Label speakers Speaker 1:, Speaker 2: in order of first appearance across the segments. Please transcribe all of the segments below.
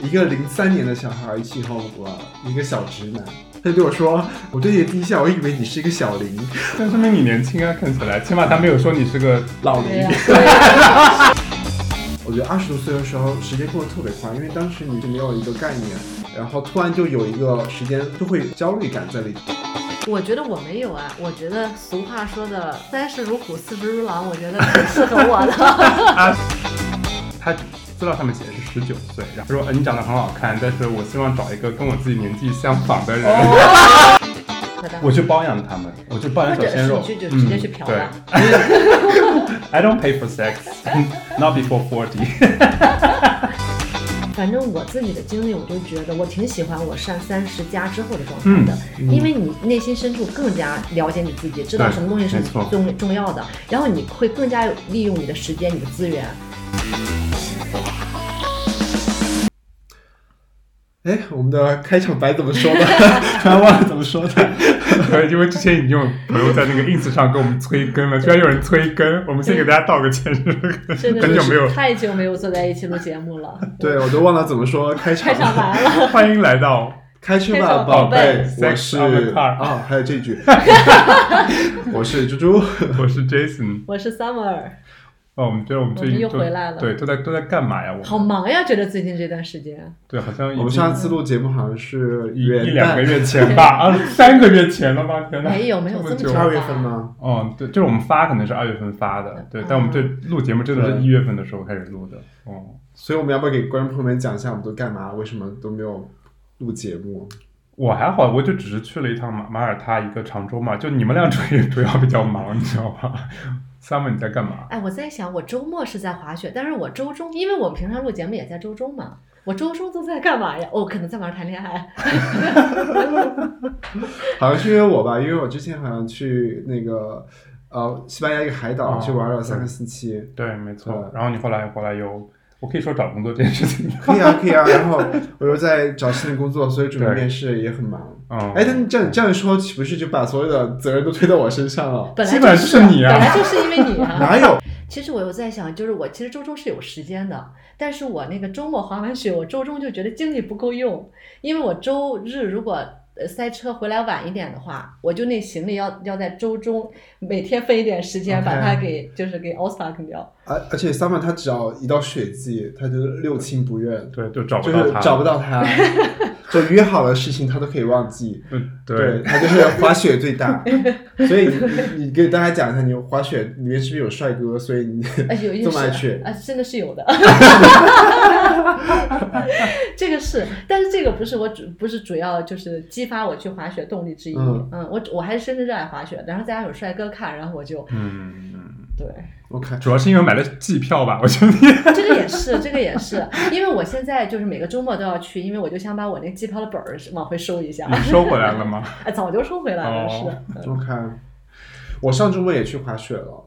Speaker 1: 一个零三年的小孩气候我，一个小直男。他对我说：“我对你的第一印象，我以为你是一个小林，
Speaker 2: 但说明你年轻啊，看起来，起码他没有说你是个
Speaker 1: 老
Speaker 3: 对
Speaker 1: 林
Speaker 3: 呀。对呀
Speaker 1: 我觉得二十多岁的时候，时间过得特别快，因为当时你是没有一个概念，然后突然就有一个时间，就会有焦虑感在里头。
Speaker 3: 我觉得我没有啊，我觉得俗话说的“三十如虎，四十如狼”，我觉得挺适合我的。
Speaker 2: 他，他资料上面写的是十九岁，然后说、呃、你长得很好看，但是我希望找一个跟我自己年纪相仿的人，
Speaker 3: 哦
Speaker 2: 我去包养他们，我去包养
Speaker 3: 或
Speaker 2: 小
Speaker 3: 者
Speaker 2: 鲜
Speaker 3: 是
Speaker 2: 肉，
Speaker 3: 你去就直接去嫖了。
Speaker 2: 嗯、对 I don't pay for sex, not before forty。
Speaker 3: 反正我自己的经历，我就觉得我挺喜欢我上三十加之后的状态的，因为你内心深处更加了解你自己，知道
Speaker 2: 嗯对
Speaker 3: 什么东西是
Speaker 2: 没错
Speaker 3: 重重要的，然后你会更加利用你的时间、你的资源。
Speaker 1: 哎，我们的开场白怎么说 的？突然忘了怎么说的。
Speaker 2: 对，因为之前已经有朋友在那个 ins 上给我们催更了，居然有人催更，我们先给大家道个歉，
Speaker 3: 真 的
Speaker 2: 很久
Speaker 3: 是
Speaker 2: 没有。
Speaker 3: 太久没有坐在一起录节目了。
Speaker 1: 对，我都忘了怎么说开场
Speaker 3: 开场白了。
Speaker 2: 欢迎来到
Speaker 1: 开吃
Speaker 3: 开
Speaker 1: 吧，
Speaker 3: 场
Speaker 1: 宝贝
Speaker 2: 宝！贝
Speaker 1: 我是
Speaker 2: Sex on the car
Speaker 1: 啊，还有这 句，我是猪猪。
Speaker 2: 我是 Jason。
Speaker 3: 我是 Summer，
Speaker 2: 哦，我们觉得我们最近
Speaker 3: 我们又
Speaker 2: 都
Speaker 3: 回来了
Speaker 2: 对，都在都在干嘛呀？我们
Speaker 3: 好忙呀，觉得最近这段时间，
Speaker 2: 对，好像已
Speaker 1: 我们
Speaker 2: 经
Speaker 1: 上次录节目好像是
Speaker 2: 一
Speaker 1: 元
Speaker 2: 一两个
Speaker 1: 旦
Speaker 2: 月 前吧，啊，三个月前了吗？天哪，
Speaker 3: 没有没有
Speaker 2: 这
Speaker 3: 这么
Speaker 2: 久
Speaker 3: 久
Speaker 1: 二月份吗？
Speaker 2: 哦，对，就是我们发可能是二月份发
Speaker 3: 嗯
Speaker 2: 的，对，但我们这录节目真的是
Speaker 1: 对
Speaker 2: 一月份的时候开始录的，哦，
Speaker 1: 所以我们要不要给观众朋友们讲一下我们都干嘛？为什么都没有录节目？
Speaker 2: 我还好，我就只是去了一趟马马耳他一个长洲嘛，就你们俩主主要比较忙，你知道吧 ？Summer 你在干嘛？
Speaker 3: 哎，我在想，我周末是在滑雪，但是我周中，因为我们平常录节目也在周中嘛，我周中都在干嘛呀？哦，可能在玩谈恋爱。
Speaker 1: 好像是因为我吧，因为我之前好像去那个呃西班牙一个海岛
Speaker 2: 哦
Speaker 1: 去玩了三个星期。
Speaker 2: 对，没错
Speaker 1: 对。
Speaker 2: 然后你后来回来又，我可以说找工作这件事情，
Speaker 1: 可以啊，可以啊。然后我又在找新的工作，所以准备面试也很忙。
Speaker 2: 嗯，
Speaker 1: 哎，但你这样这样说，岂不是就把所有的责任都推到我身上了？
Speaker 3: 本来
Speaker 2: 基
Speaker 3: 就
Speaker 2: 本上
Speaker 3: 是，
Speaker 2: 就是你
Speaker 3: 本来
Speaker 2: 啊，
Speaker 3: 就是因为 你啊。
Speaker 1: 哪有？
Speaker 3: 其实我又在想，就是我其实周中是有时间的，但是我那个周末滑完雪，我周中就觉得精力不够用，因为我周日如果呃塞车回来晚一点的话，我就那行李要要在周中每天分一点时间
Speaker 1: OK
Speaker 3: 把它给就是给 o s a 掉。
Speaker 1: 而而且 Summer 他只要一到雪季，他就六亲不认，
Speaker 2: 对，就找不
Speaker 1: 就
Speaker 2: 到
Speaker 1: 是
Speaker 2: 他，
Speaker 1: 找不到他， 就约好的事情他都可以忘记。
Speaker 2: 嗯，
Speaker 1: 对
Speaker 2: 对，
Speaker 1: 他就是滑雪最大，所以你你你给大家讲一下，你滑雪里面是不是有帅哥？所以你
Speaker 3: 哎，有一
Speaker 1: 这么爱
Speaker 3: 些
Speaker 1: 去
Speaker 3: 是啊，真的是有的。这个是，但是这个不是我主不是主要就是激发我去滑雪动力之一。
Speaker 1: 嗯
Speaker 3: 嗯我我还是真的热爱滑雪，然后再加上有帅哥看，然后我就
Speaker 2: 嗯。嗯
Speaker 3: 对，
Speaker 1: OK，
Speaker 2: 主要是因为买了季票吧，我觉得
Speaker 3: 这个也是，这个也是，因为我现在就是每个周末都要去，因为我就想把我那机票的本儿往回收一下
Speaker 2: 你，收回来了吗？
Speaker 3: 哎，早就收回来
Speaker 2: 嗯
Speaker 3: 了，
Speaker 2: 哦
Speaker 3: 是。 嗯
Speaker 1: OK，我上周末也去滑雪了，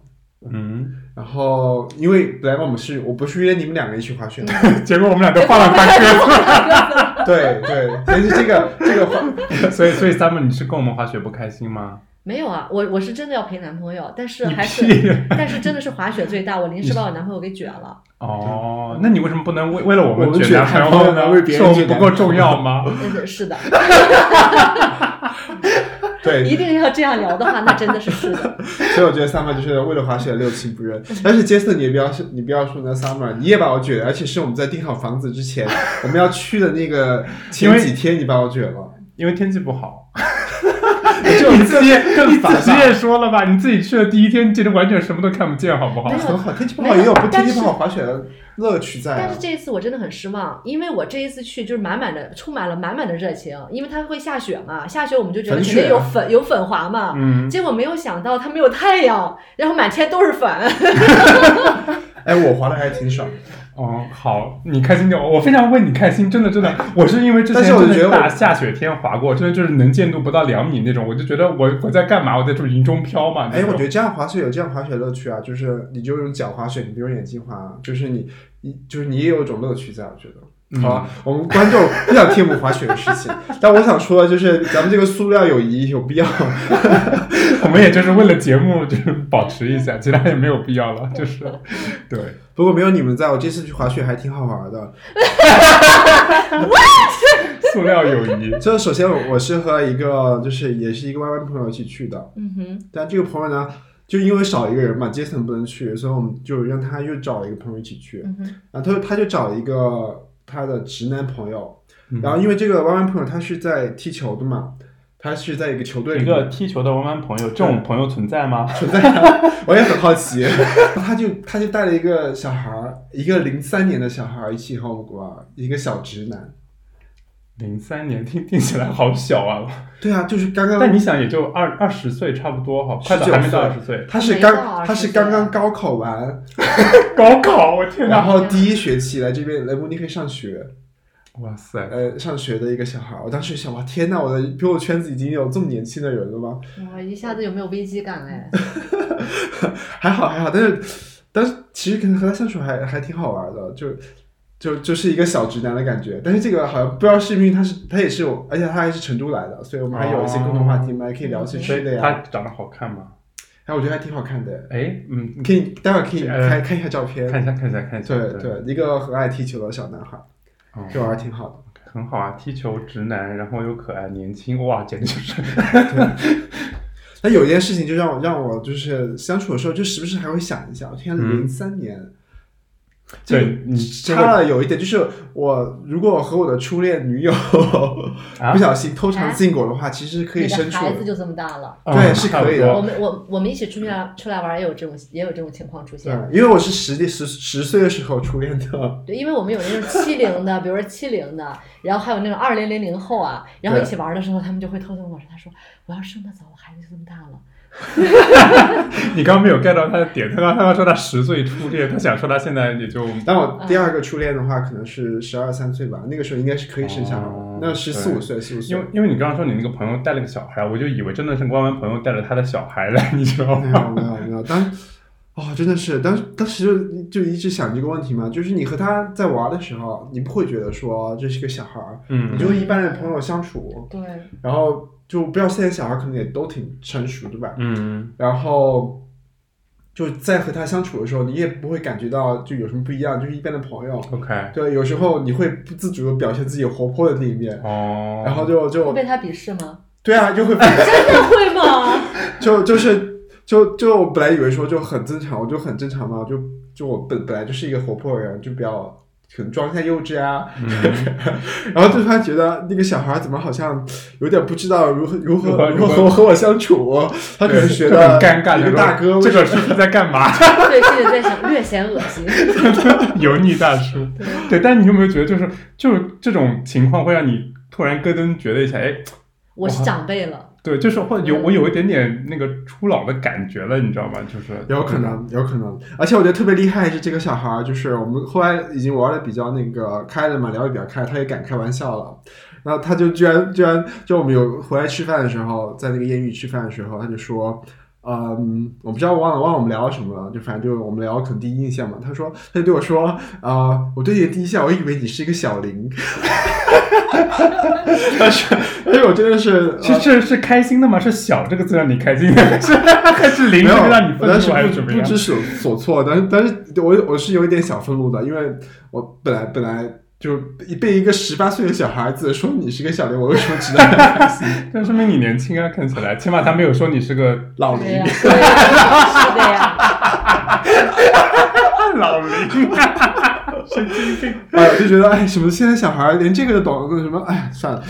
Speaker 2: 嗯，
Speaker 1: 然后因为本来我们是我不是约你们两个一起滑雪吗？
Speaker 2: 结果我们俩都换了班车，
Speaker 1: 对对，但是这个这个滑
Speaker 2: 所以所以 Summer 你是跟我们滑雪不开心吗？
Speaker 3: 没有啊，我我是真的要陪男朋友，但是
Speaker 2: 你
Speaker 3: 还
Speaker 2: 屁
Speaker 3: 是，但是真的是滑雪最大，我临时把我男朋友给撅了。
Speaker 2: 哦，那你为什么不能为为了我们
Speaker 1: 我们
Speaker 2: 卷男
Speaker 1: 卷
Speaker 2: 朋
Speaker 1: 男
Speaker 2: 友
Speaker 1: 朋
Speaker 2: 呢？
Speaker 1: 友为别
Speaker 2: 是
Speaker 1: 人
Speaker 2: 我们
Speaker 1: 卷
Speaker 2: 不
Speaker 1: 男朋
Speaker 2: 够
Speaker 1: 友
Speaker 2: 重要 吗？
Speaker 3: 嗯，是的，
Speaker 1: 对
Speaker 3: 一定要这样聊的话，那真的 是是的。
Speaker 1: 所以我觉得 Summer 就是为了滑雪六亲不认。但是 Jason，你也不要是，你不要说那 Summer，你也把我卷了，而且是我们在订好房子之前，我们要去的那个前几天，你把我卷了。
Speaker 2: 因为天气不 好。
Speaker 1: 就
Speaker 2: 你自己
Speaker 1: 更
Speaker 2: 你
Speaker 1: 烦吧
Speaker 2: 自己也说了吧，你自己去的第一天，简直完全什么都看不见，好不 好
Speaker 3: 没？有
Speaker 1: 很好，天气不好也有不天气不好滑雪的乐趣在
Speaker 3: 但
Speaker 1: 啊
Speaker 3: 是。这一次我真的很失望，因为我这一次去就是满满的，充满了满满的热情，因为它会下雪嘛，下雪我们就觉得
Speaker 1: 粉
Speaker 3: 肯
Speaker 1: 雪
Speaker 3: 定有粉有粉滑嘛，
Speaker 2: 嗯，
Speaker 3: 结果没有想到它没有太阳，然后满天都是粉。
Speaker 1: 哎，我滑的还挺 爽，
Speaker 2: 哦，好，你开心就好，我非常为你开心，真的真的，我是因为之前
Speaker 1: 但是我
Speaker 2: 真
Speaker 1: 觉得
Speaker 2: 的
Speaker 1: 我
Speaker 2: 大下雪天滑过，真的就是能见度不到两米那种，我就觉得我我在干嘛？我在这云中飘嘛？
Speaker 1: 哎，我觉
Speaker 2: 得
Speaker 1: 得这样滑雪有这样滑雪乐趣啊，就是你就用脚滑雪，你不用眼睛滑，就是你你就是你也有一种乐趣在，我觉得。好、啊，我们观众不想听我们滑雪的事 情，但我想说，就是咱们这个塑料友谊有必要。
Speaker 2: 我们也就是为了节目，就是保持一下，其他也没有必要了， 就是对。
Speaker 1: 不过没有你们在，我这次去滑雪还挺好玩的。
Speaker 2: 塑料友谊，
Speaker 1: 就首先我我是和一个就是也是一个 Y Y 朋友一起去的，
Speaker 3: 嗯哼，
Speaker 1: 但这个朋友呢。就因为少一个人嘛，杰森不能去，所以我们就让他又找了一个朋友一起去。
Speaker 3: 嗯哼
Speaker 1: 啊然后他就他就找了一个他的直男朋友，
Speaker 2: 嗯
Speaker 1: 然后因为这个弯弯朋友他是在踢球的嘛，他是在一个球队里
Speaker 2: 一
Speaker 1: 面
Speaker 2: 个踢球的弯弯朋友，这种朋友存在吗？
Speaker 1: 存在的，我也很好奇。 然后他就他就带了一个小孩儿，一个零三年的小孩儿一起和我们玩，一个小直男。
Speaker 2: 零三年 听听起来好小啊，
Speaker 1: 对啊，就是刚刚
Speaker 2: 但你想也就二二十岁差不多哈，快到
Speaker 1: 19
Speaker 2: 还没到二十岁，
Speaker 1: 他是
Speaker 3: 没到啊
Speaker 1: 刚
Speaker 3: 20
Speaker 1: 他是刚刚高考 完，
Speaker 2: 高考，我天
Speaker 1: 然
Speaker 2: 哪！
Speaker 1: 后第一学期来这边来慕尼黑上学。
Speaker 2: 哇塞，
Speaker 1: 呃上学的一个小孩儿，我当时想哇天呐，我的朋友圈子已经有这么年轻的人了吗？
Speaker 3: 哇，一下子有没有危机感嘞？
Speaker 1: 还好还好，但是但是其实可能和他相处还还挺好玩的，就就就是一个小直男的感觉。但是这个好像不知道是因为他是他也是我，而且他还是成都来的，所以我们还有一些共同话题，我们还可以聊起
Speaker 2: 所
Speaker 1: 吃的
Speaker 2: 以
Speaker 1: 呀。
Speaker 2: 哦他长得好看吗？
Speaker 1: 哎，我觉得还挺好看的，
Speaker 2: 哎，嗯，
Speaker 1: 可以待会儿可以
Speaker 2: 呃
Speaker 1: 看看一下照片。
Speaker 2: 看一下，看一下，看一下，
Speaker 1: 对，对，一个很爱踢球的小男孩，
Speaker 2: 哦
Speaker 1: 这玩意儿挺好的。
Speaker 2: 很好啊，踢球直男，然后又可爱年轻，哇，简直就是
Speaker 1: 但有一件事情就让我让我就是相处的时候，就时不时还会想一下，我天，啊
Speaker 2: 嗯
Speaker 1: 零三年，这
Speaker 2: 对你这
Speaker 1: 差
Speaker 2: 个
Speaker 1: 了有一点，就是我如果和我的初恋女友
Speaker 2: 啊
Speaker 1: 不小心偷尝禁果的话，其实可以
Speaker 3: 你
Speaker 1: 生
Speaker 3: 的
Speaker 1: 出
Speaker 3: 孩子就这么大了。
Speaker 1: 对是可以的
Speaker 3: 我们我我们一起出去啊出来玩儿也有这种也有这种情况出
Speaker 1: 对
Speaker 3: 现，，
Speaker 1: 因为我是十十十岁的时候初恋的，
Speaker 3: 对，因为我们有那种七零的，比如说七零的，然后还有那种二零零零后啊，然后一起玩儿的时候，他们就会偷偷跟我说，他说我要生的早，我孩子就这么大了。
Speaker 2: 你刚刚没有 get 到他的点，他刚他刚说他十岁初恋，他想说他现在也就
Speaker 1: 但我
Speaker 3: 嗯
Speaker 1: 第二个初恋的话，可能是十二三岁吧，那个时候应该是可以生小孩
Speaker 2: 哦
Speaker 1: 的，那十四
Speaker 2: 对
Speaker 1: 五岁四五岁
Speaker 2: 因为。因为你刚刚说你那个朋友带了个小孩，我就以为真的是弯弯朋友带着他的小孩来，你知道
Speaker 1: 没
Speaker 2: 吗？
Speaker 1: 有没有没有，当哦，真的是当当时就就一直想这个问题嘛，就是你和他在玩的时候，你不会觉得说这是个小孩儿，你
Speaker 2: 嗯，
Speaker 1: 就一般的朋友相处，
Speaker 3: 对，
Speaker 1: 然后就不知道现在小孩可能也都挺成熟的吧，
Speaker 2: 嗯，
Speaker 1: 然后就在和他相处的时候，你也不会感觉到就有什么不一样，就是一般的朋友。
Speaker 2: OK，
Speaker 1: 对，有时候你会不自主的表现自己活泼的那一面，
Speaker 2: 哦，
Speaker 1: 然后就
Speaker 3: 会
Speaker 1: 就
Speaker 3: 被他鄙视吗？
Speaker 1: 对啊，就会
Speaker 3: 真的会吗？
Speaker 1: 就就是就就我本来以为说就很正常，我就很正常嘛，就就我本本来就是一个活泼的人，就比较可能装一下幼稚啊，
Speaker 2: 嗯
Speaker 1: 然后就突然觉得那个小孩怎么好像有点不知道如何如
Speaker 2: 如
Speaker 1: 何
Speaker 2: 何
Speaker 1: 如何和我相处，他可能觉
Speaker 2: 就很
Speaker 1: 得
Speaker 2: 尴尬，
Speaker 1: 一
Speaker 2: 就
Speaker 1: 个
Speaker 2: 说
Speaker 1: 大哥
Speaker 2: 这个叔叔在干 嘛？
Speaker 3: 对，这个在想略显恶心。
Speaker 2: 油腻大叔。
Speaker 3: 对
Speaker 2: 对，但你有没有觉得就是就是这种情况会让你突然咯噔觉得一下，哎，
Speaker 3: 我是长辈了，
Speaker 2: 对，就是会有我有一点点那个初老的感觉了，你知道吗？就是
Speaker 1: 有可能，有可能，而且我觉得特别厉害是这个小孩儿，就是我们后来已经玩的比较那个开了嘛，聊的比较开，他也敢开玩笑了。然后他就居然居然就我们有回来吃饭的时候，在那个艳遇吃饭的时候，他就说，嗯，我不知道忘了忘了我们聊什么了，就反正就我们聊可能第一印象嘛。他说，他就对我说，啊、我对你的第一印象，我以为你是一个小林。 但是但是我真的是，呃
Speaker 2: 是是是开心的吗？是小这个字让你开心的， 还是还是零
Speaker 1: 没
Speaker 2: 这
Speaker 1: 有，
Speaker 2: 个让你
Speaker 1: 我
Speaker 2: 愤
Speaker 1: 当
Speaker 2: 怒，还是
Speaker 1: 时
Speaker 2: 怎
Speaker 1: 不
Speaker 2: 么
Speaker 1: 不
Speaker 2: 样？
Speaker 1: 知所所措，但是但是我我是有一点小愤怒的，因为我本来本来就被一个十八岁的小孩子说你是个小林，我为什么知道你 开心？
Speaker 2: 这说明你年轻啊，看起来，起码他没有说你是个
Speaker 1: 老
Speaker 3: 对
Speaker 1: 林
Speaker 2: 啊
Speaker 3: 呀，，对呀是的呀，
Speaker 2: 老龄， 神经病。
Speaker 1: 哎，我就觉得哎，什么现在小孩连这个都懂，那什么哎，算了，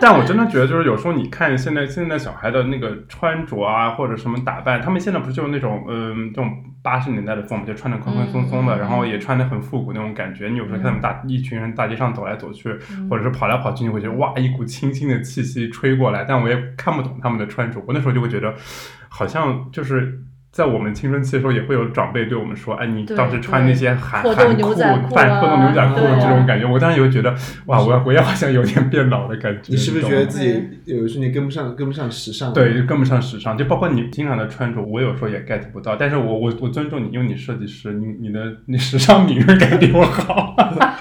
Speaker 2: 但我真的觉得，就是有时候你看现在现在小孩的那个穿着啊，或者什么打扮，他们现在不是就是那种嗯、这种八十年代的风嘛，就穿的宽宽松松的，
Speaker 3: 嗯
Speaker 2: 然后也穿的很复古那种感觉。你有时候看他们大一群人大街上走来走去， 或者是跑来跑去，你会觉得哇，一股清新的气息吹过来，但我也看不懂他们的穿着。我那时候就会觉得，好像就是。在我们青春期的时候，也会有长辈对我们说：“哎，你
Speaker 3: 对
Speaker 2: 当时穿那些韩
Speaker 3: 破
Speaker 2: 韩
Speaker 3: 洞
Speaker 2: 裤
Speaker 3: 牛仔裤、啊
Speaker 2: 半破洞牛仔裤
Speaker 1: 对
Speaker 2: 这种感觉。”我当时也会觉得，哇，我我也好像有点变老的感觉。
Speaker 1: 你是不是
Speaker 2: 懂
Speaker 1: 觉
Speaker 2: 吗
Speaker 1: 得自己有一瞬间跟不上跟不上时尚？
Speaker 2: 对，就跟不上时尚，就包括你经常的穿着，我有时候也 get 不到。但是我我我尊重你，因为你设计师，你你的你时尚敏锐感比我 好。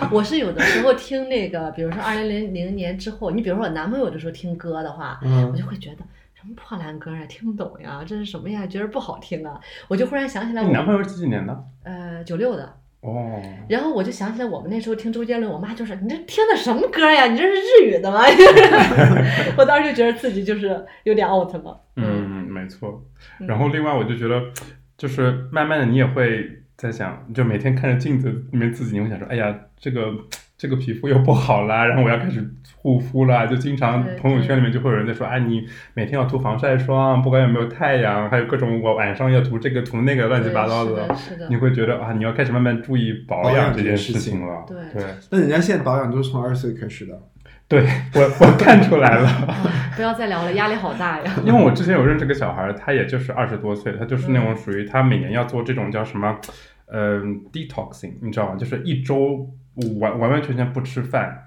Speaker 3: 我是有的时候听那个，比如说二零零零年之后，你比如说我男朋友有的时候听歌的话，
Speaker 1: 嗯
Speaker 3: 我，就会觉得什么破烂歌呀，听不懂呀，这是什么呀，觉得不好听啊。我就忽然想起来
Speaker 2: 你男
Speaker 3: 我
Speaker 2: 朋友是几几年的？
Speaker 3: 呃九六的，
Speaker 2: 哦，
Speaker 3: 然后我就想起来我们那时候听周杰伦，我妈就说你这听的什么歌呀，你这是日语 的吗？我当时就觉得自己就是有点 out 了。
Speaker 2: 嗯，没错。
Speaker 3: 嗯
Speaker 2: 然后另外我就觉得，就是慢慢的你也会在想，就每天看着镜子里面自己，你会想说，哎呀，这个这个皮肤又不好啦，然后我要开始护肤啦，就经常
Speaker 3: 对
Speaker 2: 朋友圈里面就会有人在说，哎，你每天要涂防晒霜，不管有没有太阳，还有各种我晚上要涂这个涂那个乱七八糟
Speaker 3: 对
Speaker 2: 的。
Speaker 3: 是的，是
Speaker 2: 你
Speaker 3: 的，
Speaker 2: 会觉得啊，你要开始慢慢注意保
Speaker 1: 保养
Speaker 2: 养
Speaker 1: 这
Speaker 2: 这件
Speaker 1: 件事
Speaker 2: 事情
Speaker 1: 情
Speaker 2: 了。
Speaker 3: 对
Speaker 2: 对
Speaker 1: 那人家现在保养都是从二十岁开始的。
Speaker 2: 对，我我看出来了，
Speaker 3: 啊不要再聊了，压力好大呀。
Speaker 2: 因为我之前有认识个小孩儿，他也就是二十多岁，他就是那种属于他每年要做这种叫什么，嗯、detoxing，你知道吗？就是一周完完完全全不吃饭，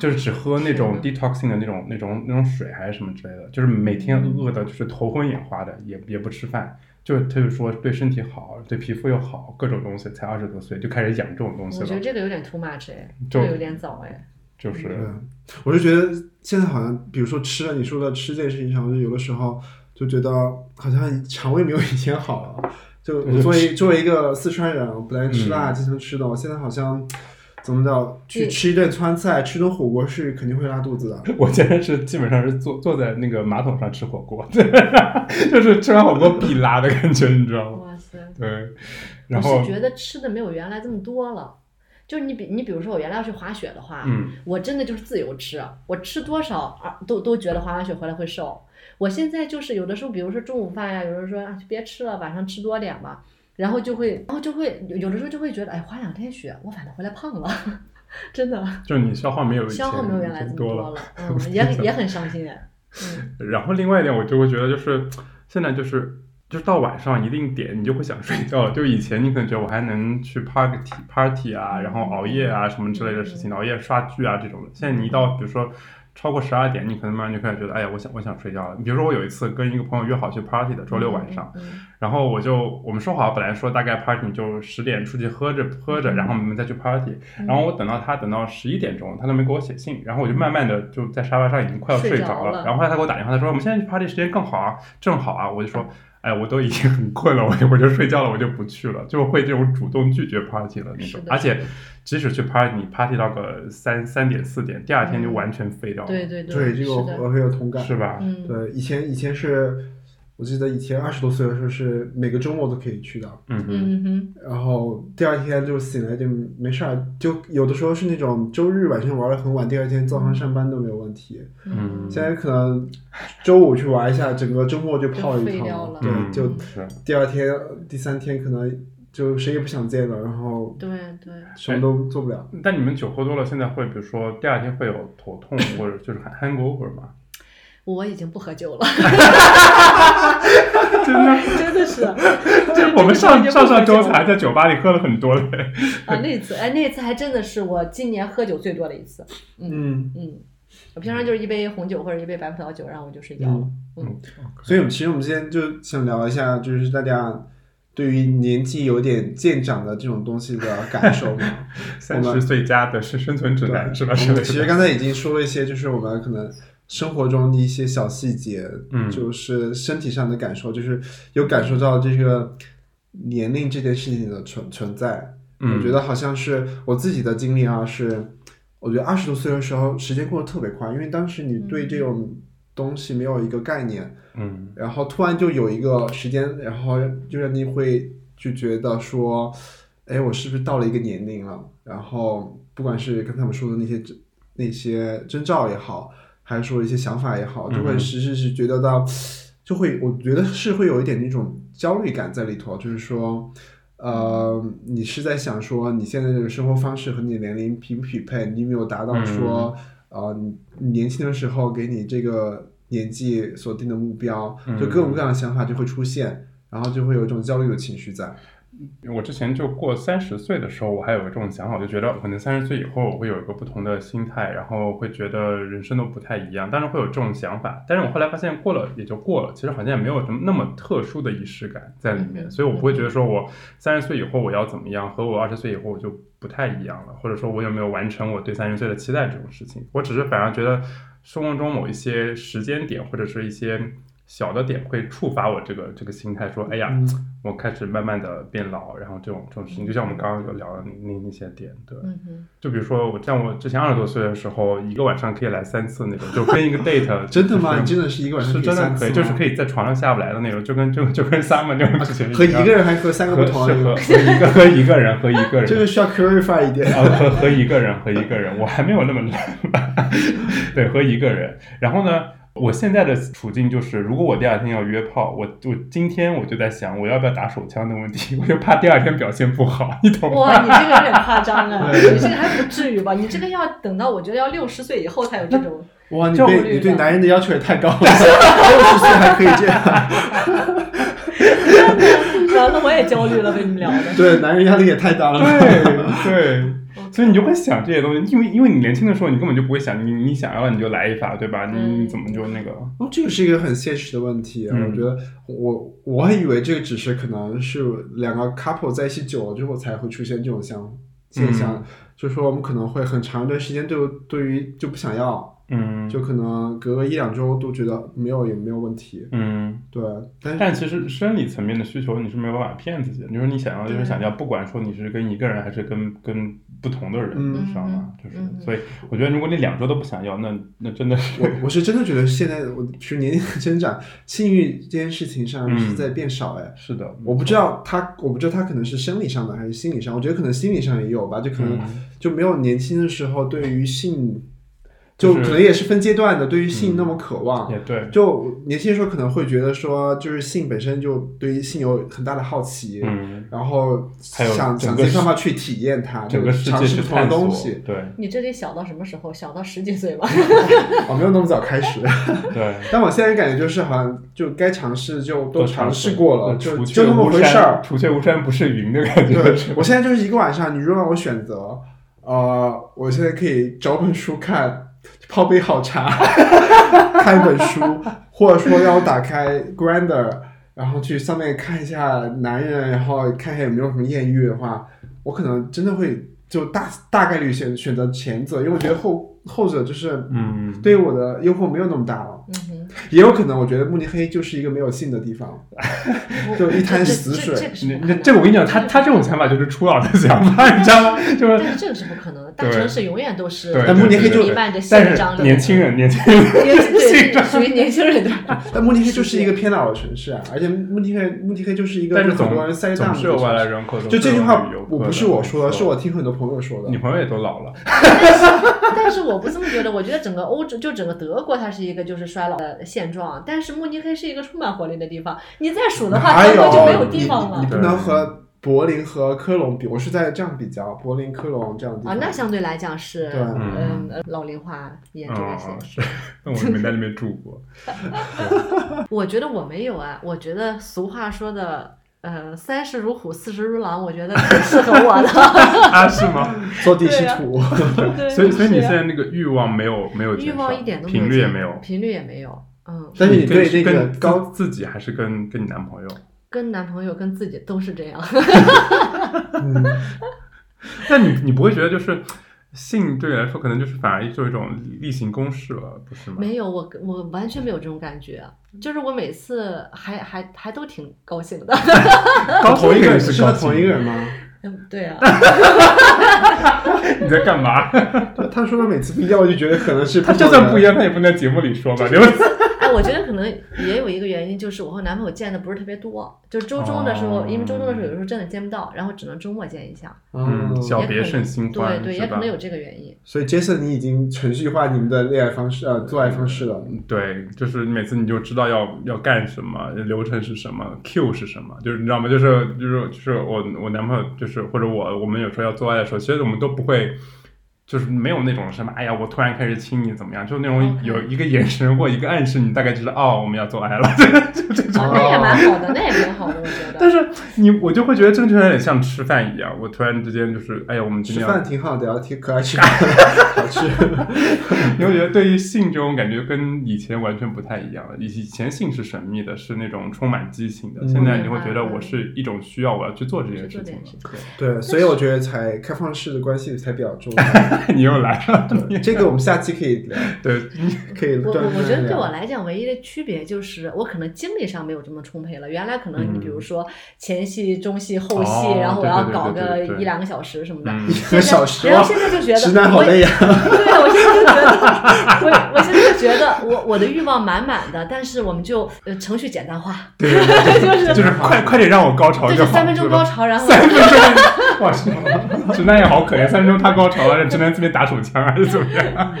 Speaker 2: 就是只喝那种 detoxing 的那种那种那种水还是什么之类的，就是每天饿的就是头昏眼花的，也也不吃饭。就是他就说对身体好，对皮肤又好，各种东西才二十多岁就开始养这种东西
Speaker 3: 我觉
Speaker 2: 了
Speaker 3: 得，这个有点 too much 哎，这
Speaker 2: 就
Speaker 3: 个有点早哎。
Speaker 2: 就是
Speaker 1: 嗯，我就觉得现在好像，比如说吃，你说到吃这件事情上，我就有的时候就觉得好像肠胃没有以前好了。 就
Speaker 2: 对
Speaker 1: 我作为作为一个四川人，我本来吃辣
Speaker 2: 嗯
Speaker 1: 经常吃的，我现在好像怎么着去
Speaker 3: 嗯
Speaker 1: 吃一顿川菜，吃顿火锅是肯定会拉肚子的。
Speaker 2: 我现在是基本上是坐坐在那个马桶上吃火锅， 就是吃完火锅必拉的感觉，你知道吗？
Speaker 3: 哇塞！
Speaker 2: 对，
Speaker 3: 我
Speaker 2: 然后
Speaker 3: 是觉得吃的没有原来这么多了。就是你比你比如说我原来要去滑雪的话，
Speaker 2: 嗯，
Speaker 3: 我真的就是自由吃，我吃多少啊都都觉得滑完雪回来会瘦。我现在就是有的时候，比如说中午饭呀、有人说啊就别吃了，晚上吃多点吧，然后就会然后就会有有的时候就会觉得哎滑两天雪，我反倒回来胖了， 真的
Speaker 2: 就是你消化没有以前
Speaker 3: 消耗没有原来这么
Speaker 2: 多
Speaker 3: 了， 嗯，也很也很伤心哎。嗯，
Speaker 2: 然后另外一点，我就会觉得就是现在就是。就是到晚上一定点，你就会想睡觉了。就以前你可能觉得我还能去 party party 啊，然后熬夜啊什么之类的
Speaker 3: 嗯
Speaker 2: 事情，熬夜刷剧啊这种的。现在你一到比如说超过十二点，你可能慢慢就开始觉得，哎呀，我想我想睡觉了。比如说我有一次跟一个朋友约好去 party 的，周六晚上，
Speaker 3: 嗯，嗯
Speaker 2: 然后我就我们说好，本来说大概 party 就十点出去喝着喝着，然后我们再去 party。
Speaker 3: 嗯
Speaker 2: 然后我等到他等到十一点钟，他都没给我写信，然后我就慢慢的就在沙发上已经快要睡
Speaker 3: 睡
Speaker 2: 着
Speaker 3: 着
Speaker 2: 了。
Speaker 3: 了
Speaker 2: 然后后来他给我打电话，他说我们现在去 party 时间更好啊，正好啊，我就说。哎，我都已经很困了，我就我就睡觉了，我就不去了，就会这种主动拒绝 party 了那
Speaker 3: 是
Speaker 2: 种
Speaker 3: 的。
Speaker 2: 而且，即使去 party，你 party 到个三三点四点，第二天就完全废掉了，
Speaker 3: 嗯对对
Speaker 1: 对，这
Speaker 3: 是
Speaker 1: 个
Speaker 3: 的
Speaker 1: 我，我很有同感。
Speaker 2: 是吧？
Speaker 3: 嗯，
Speaker 1: 对，以前以前是，我记得以前二十多岁的时候是每个周末都可以去的，
Speaker 2: 嗯哼，
Speaker 3: 嗯哼，
Speaker 1: 然后第二天就醒来就没事儿，就有的时候是那种周日晚上玩的很晚，第二天
Speaker 3: 嗯
Speaker 1: 早上上班都没有问题。
Speaker 2: 嗯
Speaker 1: 现在可能周五去玩一下，整个周末就泡
Speaker 3: 就
Speaker 1: 一
Speaker 3: 废掉了
Speaker 1: 趟，对，
Speaker 2: 嗯
Speaker 1: 就是第二天、第三天可能就谁也不想见了，然后
Speaker 3: 对对，
Speaker 1: 什么都做不了。
Speaker 2: 但你们酒喝多了，现在会比如说第二天会有头痛或者就是 hangover 吗？
Speaker 3: 我已经不喝酒了，
Speaker 2: 真的，
Speaker 3: 真 的是，就是
Speaker 2: 我们上
Speaker 3: 这个时候
Speaker 2: 上
Speaker 3: 已经
Speaker 2: 上周
Speaker 3: 不喝酒了
Speaker 2: 才在酒吧里喝了很多嘞。
Speaker 3: 啊，那次哎，那次还真的是我今年喝酒最多的一次。
Speaker 1: 嗯，
Speaker 3: 嗯，我平常就是一杯红酒或者一杯白葡萄酒，然后我就睡觉了。嗯
Speaker 1: 所以我们其实我们今天就想聊一下，就是大家对于年纪有点渐长的这种东西的感受嘛。
Speaker 2: 三十岁加的是生存指南是吧？
Speaker 1: 我
Speaker 2: 是
Speaker 1: 嗯们其实
Speaker 2: 的。
Speaker 1: 刚才已经说了一些，就是我们可能生活中的一些小细节，
Speaker 2: 嗯
Speaker 1: 就是身体上的感受，就是有感受到这个年龄这件事情的存存在。
Speaker 2: 嗯
Speaker 1: 我觉得好像是我自己的经历啊，是我觉得二十多岁的时候，时间过得特别快，因为当时你对这种东西没有一个概念，
Speaker 2: 嗯
Speaker 1: 然后突然就有一个时间，然后就让你会就觉得说，哎，我是不是到了一个年龄了？然后不管是刚才我们说的那些征那些征兆也好，还是说一些想法也好，就
Speaker 2: 嗯
Speaker 1: 会
Speaker 2: 哼
Speaker 1: 时时是觉得到，就会我觉得是会有一点那种焦虑感在里头，就是说。呃，你是在想说你现在这个生活方式和你的年龄匹不匹配？你有没有达
Speaker 2: 嗯
Speaker 1: 到说，呃，你你年轻的时嗯候给你这个年纪所定的目标，就各种各样的想法就会出现。然后就会有一种焦虑的情绪在。
Speaker 2: 我之前就过三十岁的时候，我还有这种想法，我就觉得可能三十岁以后我会有一个不同的心态，然后会觉得人生都不太一样，当然会有这种想法。但是我后来发现过了也就过了，其实好像也没有什么那么特殊的仪式感在里面，
Speaker 3: 嗯
Speaker 2: 所以我不会觉得说我三十岁以后我要怎么样，和我二十岁以后我就不太一样了，或者说我有没有完成我对三十岁的期待这种事情。我只是反而觉得生活中某一些时间点或者是一些小的点会触发我这个这个心态，说哎呀。
Speaker 1: 嗯，
Speaker 2: 我开始慢慢的变老，然后这种这种事情，就像我们刚刚有聊的那那那些点，对，
Speaker 3: 嗯哼，
Speaker 2: 就比如说我像我之前二十多岁的时候，一个晚上可以来三次那种，就跟一 个 date，
Speaker 1: 真的吗？
Speaker 2: 就
Speaker 1: 你
Speaker 2: 是
Speaker 1: 真的是一个晚上
Speaker 2: 是真的
Speaker 1: 三
Speaker 2: 可
Speaker 1: 次
Speaker 2: 以，
Speaker 1: 吗啊
Speaker 2: 就是可以在床上下不来的那种，就跟就就跟 summer 那种事情样
Speaker 1: 和一个人还是和三个
Speaker 2: 和
Speaker 1: 不
Speaker 2: 是
Speaker 1: 同
Speaker 2: 和
Speaker 1: 啊？这个
Speaker 2: 和一个和一个人和一个人，
Speaker 1: 这个需要 clarify 一点。
Speaker 2: 啊，和和一个人，和一个人，我还没有那么懒吧？ 对，和一个人。然后呢，我现在的处境就是，如果我第二天要约炮，我我今天我就在想，我要不要打手枪的问题，我就怕第二天表现不好，你懂吗？
Speaker 3: 哇，你这个有点夸张啊，
Speaker 1: 对
Speaker 3: 你这个还不至于吧？你这个要等到我觉得要六十岁以后才有这种。
Speaker 1: 哇，你
Speaker 2: 焦虑
Speaker 1: 对你
Speaker 3: 的
Speaker 1: 对男人的要求也太高了， 六十岁还可以这样，
Speaker 3: 然后我也焦虑了，被你们聊的。
Speaker 1: 对，男人压力也太大了。
Speaker 2: 对对。所以你就会想这些东西，因为因为你年轻的时候，你根本就不会想，你你想要了你就来一发，对吧？你
Speaker 3: 嗯
Speaker 2: 你怎么就那个？
Speaker 1: 哦，这个是一个很现实的问题啊！
Speaker 2: 嗯
Speaker 1: 我觉得我我还以为这个只是可能是两个 couple 在一起久了之后才会出现这种像现象，
Speaker 2: 嗯
Speaker 1: 就是说我们可能会很长一段时间对对于就不想要，
Speaker 2: 嗯，
Speaker 1: 就可能隔个一两周都觉得没有也没有问题，
Speaker 2: 嗯。
Speaker 1: 对，但是
Speaker 2: 但其实生理层面的需求你是没有办法骗自己的，就是你想要就是想要，不管说你是跟一个人还是跟跟不同的人，
Speaker 1: 嗯
Speaker 2: 你知道吗？就是
Speaker 3: 嗯嗯
Speaker 2: 所以我觉得如果你两周都不想要，那那真的是
Speaker 1: 我我是真的觉得现在我随着年龄的增长，性欲这件事情上
Speaker 2: 嗯
Speaker 1: 是在变少哎。
Speaker 2: 是的，
Speaker 1: 我不知道他，我不知道他可能是生理上的还是心理上，我觉得可能心理上也有吧，就可能
Speaker 2: 嗯
Speaker 1: 就没有年轻的时候对于性，
Speaker 2: 就
Speaker 1: 就是可能也是分阶段的，对于性那么渴望。
Speaker 2: 也对，
Speaker 1: 就年轻的时候可能会觉得说，就是性本身就对于性有很大的好奇，
Speaker 2: 嗯，
Speaker 1: 然后
Speaker 2: 还有
Speaker 1: 想
Speaker 2: 整
Speaker 1: 想
Speaker 2: 个
Speaker 1: 尽办
Speaker 2: 世
Speaker 1: 法去体验它，
Speaker 2: 整
Speaker 1: 就
Speaker 2: 个世
Speaker 1: 尝
Speaker 2: 界
Speaker 1: 试
Speaker 2: 去
Speaker 1: 不同的
Speaker 2: 探索，
Speaker 1: 东 西。
Speaker 2: 对
Speaker 3: 你这得小到什么时候？小到十几岁吧。
Speaker 1: 我哦没有那么早开始，
Speaker 2: 对。
Speaker 1: 但我现在感觉就是好像就该尝试就都尝试过了，就
Speaker 2: 呃除
Speaker 1: 就
Speaker 2: 却
Speaker 1: 那么
Speaker 2: 巫
Speaker 1: 回事儿
Speaker 2: 山，。除却巫山不是云的感觉。
Speaker 1: 对
Speaker 2: 是，吧
Speaker 1: 我现在就是一个晚上，你如果让我选择，呃，我现在可以找本书看，泡杯好茶， 看一本书，或者说让我打开 Grander，然后去上面看一下男人，然后看一下有没有什么艳遇的话，我可能真的会就大大概率选选择前者，因为我觉得后后者就是
Speaker 2: 嗯，
Speaker 1: 对我的诱惑没有那么大了。
Speaker 3: 嗯哼，
Speaker 1: 也有可能，我觉得慕尼黑就是一个没有性的地方，
Speaker 3: 我
Speaker 1: 就一滩
Speaker 3: 这
Speaker 1: 死
Speaker 3: 这
Speaker 1: 水
Speaker 3: 这这个是
Speaker 2: 那
Speaker 3: 不可
Speaker 2: 那
Speaker 3: 能
Speaker 2: 这个我跟你讲，他他这种想法就是初老的想法，你知道吗？就是
Speaker 3: 但是这个是不可能的，大
Speaker 2: 对
Speaker 3: 城市永远都是
Speaker 2: 对
Speaker 1: 但慕尼黑就
Speaker 3: 弥漫着性
Speaker 2: 但
Speaker 3: 张
Speaker 2: 是
Speaker 3: 力。
Speaker 2: 年轻，人， 年轻人
Speaker 3: 年轻对，这属于年轻人的。
Speaker 1: 但慕尼黑就是一个偏老的城市啊，而且慕尼黑慕尼黑就是一个
Speaker 2: 但是
Speaker 1: 就很
Speaker 2: 总
Speaker 1: 多人塞大
Speaker 2: 总
Speaker 1: 的
Speaker 2: 是有
Speaker 1: 城
Speaker 2: 外来
Speaker 1: 市
Speaker 2: 人口，
Speaker 1: 就这句话
Speaker 2: 总是有旅游，客
Speaker 1: 我
Speaker 2: 的
Speaker 1: 不是我说的，是
Speaker 2: 没错
Speaker 1: 我听很多朋友说的
Speaker 2: 女。朋友也都老了。
Speaker 3: 但是我不这么觉得，我觉得整个欧洲，就整个德国，它是一个就是衰老的现状。但是慕尼黑是一个充满活力的地方，你再数的话，
Speaker 1: 哪
Speaker 3: 德
Speaker 1: 有啊
Speaker 3: 国就没有地方
Speaker 1: 哎你你
Speaker 3: 了
Speaker 1: 你不能和柏林和科隆比，我是在这样比较，柏林、科隆这样的地
Speaker 3: 啊
Speaker 1: 方。。
Speaker 3: 那相对来讲是，
Speaker 1: 对
Speaker 3: 嗯，呃老龄化严重一些。
Speaker 2: 嗯，是，但我没在那边住 过。
Speaker 3: 我觉得我没有啊，我觉得俗话说的，呃，三十如虎，四十如狼，我觉得挺适合 我的。
Speaker 2: 啊，是吗？
Speaker 1: 做地是土，
Speaker 3: 对
Speaker 2: 所以，所以
Speaker 1: 啊
Speaker 2: 你
Speaker 3: 是啊
Speaker 2: 现在那个欲望没有没有
Speaker 3: 欲
Speaker 2: 减
Speaker 3: 望
Speaker 2: 少
Speaker 3: 一点都
Speaker 2: 频率也
Speaker 3: 减
Speaker 2: 没有。
Speaker 3: 频率也没有。嗯，
Speaker 1: 但是你
Speaker 2: 跟
Speaker 1: 对那个
Speaker 2: 跟
Speaker 1: 高，
Speaker 2: 自自己还是跟跟你男朋友，
Speaker 3: 跟男朋友跟自己都是这样。
Speaker 1: 嗯，
Speaker 2: 但你你不会觉得就是性对你来说可能就是反而就一种例行公事了，不是吗？
Speaker 3: 没有，我我完全没有这种感觉，就是我每次还还还都挺高兴的。
Speaker 2: 高
Speaker 1: 同一个人
Speaker 2: 兴
Speaker 1: 是
Speaker 2: 高
Speaker 1: 和
Speaker 2: 兴
Speaker 1: 同一个人吗？
Speaker 3: 嗯，对啊，
Speaker 2: 你在干嘛？
Speaker 1: 他他说的每次 不一样，我就觉得可能是
Speaker 2: 他就算不一样，他也不能在节目里说吧？留
Speaker 3: 哎，我觉得可能也有一个原因，就是我和男朋友见的不是特别多，就周中的时候，因为周中的时候有时候真的见不到，然后只能周末见一下，
Speaker 1: 嗯
Speaker 2: 嗯，，小
Speaker 3: 也
Speaker 2: 别
Speaker 3: 可
Speaker 2: 胜
Speaker 3: 能
Speaker 2: 新
Speaker 3: 对
Speaker 2: 欢，
Speaker 3: 对，
Speaker 2: 是
Speaker 3: 也可
Speaker 2: 吧
Speaker 3: 能有这个原 因。
Speaker 1: 所以 Jason，你已经程序化你们的恋爱方式呃做爱方式了。
Speaker 2: 对，就是每次你就知道要要干什么，流程是什么，Q 是什么，就是你知道吗？就是就是就是我我男朋友就是或者我，我们有时候要做爱的时候，其实我们都不会就是没有那种什么，哎呀，我突然开始亲你怎么样？就那种
Speaker 3: OK
Speaker 2: 有一个眼神或一个暗示，你大概知道哦，我们要做爱了。 就这种。
Speaker 3: 啊，那也蛮好的，那也挺好的，我觉得。
Speaker 2: 但是你我就会觉得正确有点像吃饭一样，我突然之间就是，哎呀，我们今
Speaker 1: 吃
Speaker 2: 天要
Speaker 1: 饭挺好的，挺可爱 吃饭，好吃。
Speaker 2: 你会觉得对于性这种感觉跟以前完全不太一样了。以以前性是神秘的，是那种充满激情的，
Speaker 1: 嗯
Speaker 2: 现在你会觉得我是一种需要，我要去做这件事情
Speaker 3: 去做这件事情
Speaker 2: 了。
Speaker 1: 对，所以我觉得才开放式的关系才比较重 要。
Speaker 2: 对，你又来了，
Speaker 1: 对这个我们下期可以聊，
Speaker 2: 对，
Speaker 1: 可以
Speaker 3: 我
Speaker 1: 专
Speaker 3: 我
Speaker 1: 门
Speaker 3: 我觉得对
Speaker 1: 聊
Speaker 3: 我来讲，唯一的区别就是我可能精力上没有这么充沛了。原来可能你比如说前戏、中戏、后戏，
Speaker 2: 嗯哦
Speaker 3: 然后我要
Speaker 2: 对对对
Speaker 3: 搞
Speaker 2: 对
Speaker 3: 个
Speaker 2: 对对
Speaker 3: 一两个小时什么的。
Speaker 2: 嗯，
Speaker 1: 一个小时
Speaker 3: 然
Speaker 1: 哇
Speaker 3: 后，现在就觉得
Speaker 1: 直男好
Speaker 3: 我
Speaker 1: 累呀。啊
Speaker 3: 对，我现在就觉得，我我现在就觉得我我的欲望满满的，但是我们就呃程序简单化，
Speaker 2: 对对对，
Speaker 3: 就是
Speaker 2: 就是快快点让我高潮
Speaker 3: 对，
Speaker 2: 就
Speaker 3: 就
Speaker 2: 好，
Speaker 3: 三分钟高
Speaker 2: 是吧。
Speaker 3: 潮，然后
Speaker 2: 三分 钟，哇塞，直男也好可怜，三分钟他高潮了，让直男这边打手枪还是怎么样？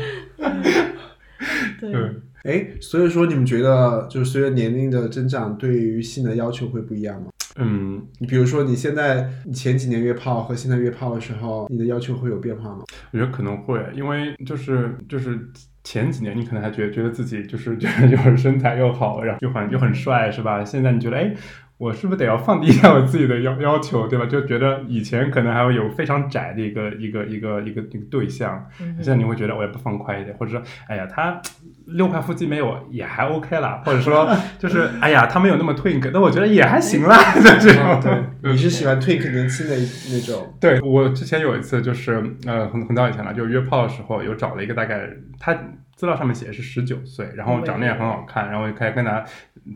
Speaker 3: 对
Speaker 2: 对，
Speaker 1: 哎，所以说你们觉得，就是随着年龄的增长，对于性的要求会不一样吗？
Speaker 2: 嗯，
Speaker 1: 你比如说，你现在你前几年约炮和现在约炮的时候，你的要求会有变化吗？
Speaker 2: 我觉得可能会，因为就是就是前几年你可能还觉得觉得自己就是觉得 就是身材又好，然后又很又很帅，是吧？现在你觉得哎。我是不是得要放低一下我自己的要要求，对吧？就觉得以前可能还会有非常窄的一个一个一个一个一个对象，
Speaker 3: 嗯
Speaker 2: 现在你会觉得我也不放宽一点，或者说，哎呀，他六块腹肌没有也还 OK 啦，或 者说就是哎呀，他没有那么 twink，那我觉得也还行啦，就这 种。
Speaker 1: 对，你是喜欢 twink 年轻的那 种？
Speaker 2: 对我之前有一次就是呃很很早以前了，就是约炮的时候有找了一个大概他资料上面写的是十九岁，然后长得也很好看，然后就开始跟他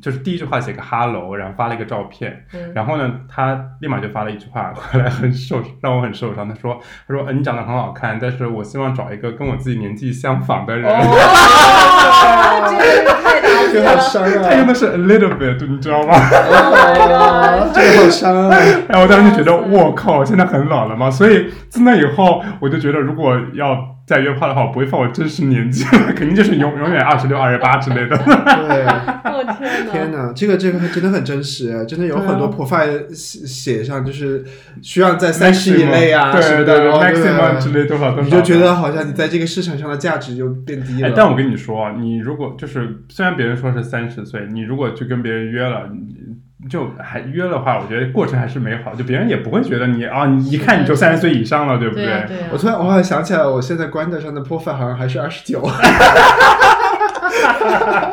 Speaker 2: 就是第一句话写个哈喽，然后发了一个照片，
Speaker 3: 嗯
Speaker 2: 然后呢他立马就发了一句话 回来很受让我很受伤，他说他说、呃、你长得很好看，但是我希望找一个跟我自己年纪相仿的人。
Speaker 1: 啊
Speaker 3: 哇啊这个太打 击
Speaker 1: 这个好
Speaker 3: 了
Speaker 1: 伤
Speaker 2: 他用
Speaker 1: 啊！
Speaker 2: 的是 a little bit，你知道吗？
Speaker 3: ，Oh my god！
Speaker 1: 这个好伤啊！
Speaker 2: 然后我当时就觉得，
Speaker 3: 哇塞
Speaker 2: 我靠，我现在很老了嘛。所以自那以后，我就觉得，如果要再约炮的话，我不会放我真实年纪了， 肯定就是永永远二十六、二十八之类的。
Speaker 1: 对，
Speaker 3: 我天哪！
Speaker 1: 天哪，这个这个真的很真实，哎真的有很
Speaker 2: 啊
Speaker 1: 多 profile 写写上就是需要在三 十以内啊
Speaker 2: 对
Speaker 1: 什么
Speaker 2: 对
Speaker 1: 的，
Speaker 2: 对
Speaker 1: 然后
Speaker 2: ，maximum 之类多少多少，
Speaker 1: 你就觉得好像你在这个市场上的价值就变低
Speaker 2: 哎
Speaker 1: 了。，
Speaker 2: 但我跟你说啊，你如果就是虽然别人说是三十岁，你如果去跟别人约了，你就还约的话，我觉得过程还是美好，就别人也不会觉得你啊，你一看你就三十岁以上了，对不
Speaker 3: 对呀对呀，
Speaker 1: 我突然我好像想起来，我现在官的上的 profile 好像还是二十九。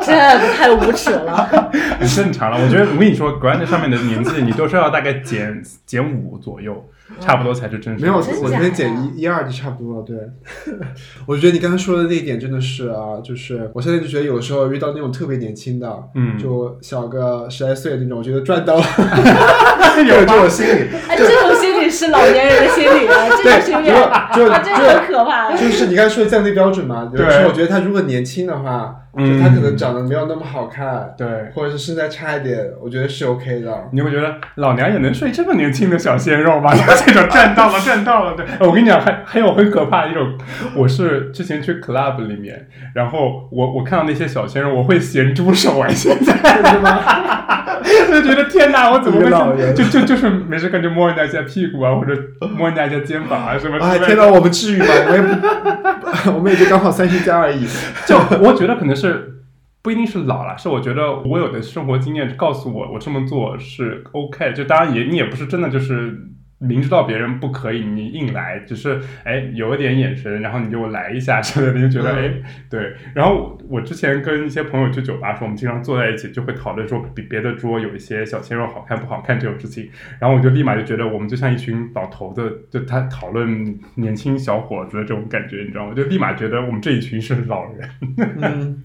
Speaker 3: 这个太无耻 了。
Speaker 2: 很正常了。我觉得我跟你说，Grand 上面的年纪，你都是要大概减减五左右，差不多才是真实。
Speaker 1: 没有，我
Speaker 3: 真
Speaker 1: 我那
Speaker 3: 假呀
Speaker 1: 边减一一二就差不多了。对， 我觉得你刚刚说的那一点真的是啊，就是我现在就觉得有的时候遇到那种特别年轻的，
Speaker 2: 嗯
Speaker 1: 就小个十来岁那种，我觉得赚到 了，
Speaker 2: 有
Speaker 1: 有这种心理。
Speaker 3: 哎，这种心理是老年人的心理啊，这
Speaker 1: 对
Speaker 3: 种心理啊，
Speaker 1: 就就
Speaker 3: 啊这个很可怕。
Speaker 1: 就是你刚才说的降低标准嘛，有
Speaker 2: 对
Speaker 1: 的时候我觉得他如果年轻的话，就
Speaker 2: 嗯
Speaker 1: 他可能长得没有那么好看，
Speaker 2: 对，
Speaker 1: 或者是身材差一点，我觉得是 OK 的。
Speaker 2: 你会觉得老娘也能睡这么年轻的小鲜肉吗？这种赚到了，赚到了。对，哦我跟你讲，还还有很可怕的一种，我是之前去 club 里面，然后我我看到那些小鲜肉，我会咸猪手啊，现在。
Speaker 1: 是吗？
Speaker 2: 就觉得天哪，我怎么
Speaker 1: 一个老
Speaker 2: 会
Speaker 1: 人
Speaker 2: 就就就是没事干就摸人家一下屁股啊，或者摸人家一下肩膀啊什么之类的。
Speaker 1: 哎，天哪，我们至于吗？我们也不，我 们也就刚好三十加而已。
Speaker 2: 就我觉得可能是不一定是老了，是我觉得我有的生活经验告诉我，我这么做是 OK。就当然也你也不是真的就是明知道别人不可以你硬来，只是哎有一点眼神，然后你就来一下之类的，就觉得哎
Speaker 1: 嗯
Speaker 2: 对。然后我我之前跟一些朋友去酒吧说，我们经常坐在一起就会讨论说比别的桌有一些小鲜肉好看不好看这种事情，然后我就立马就觉得我们就像一群老头子，就他讨论年轻小伙子的这种感觉，你知道吗？就立马觉得我们这一群是老人。
Speaker 1: 嗯，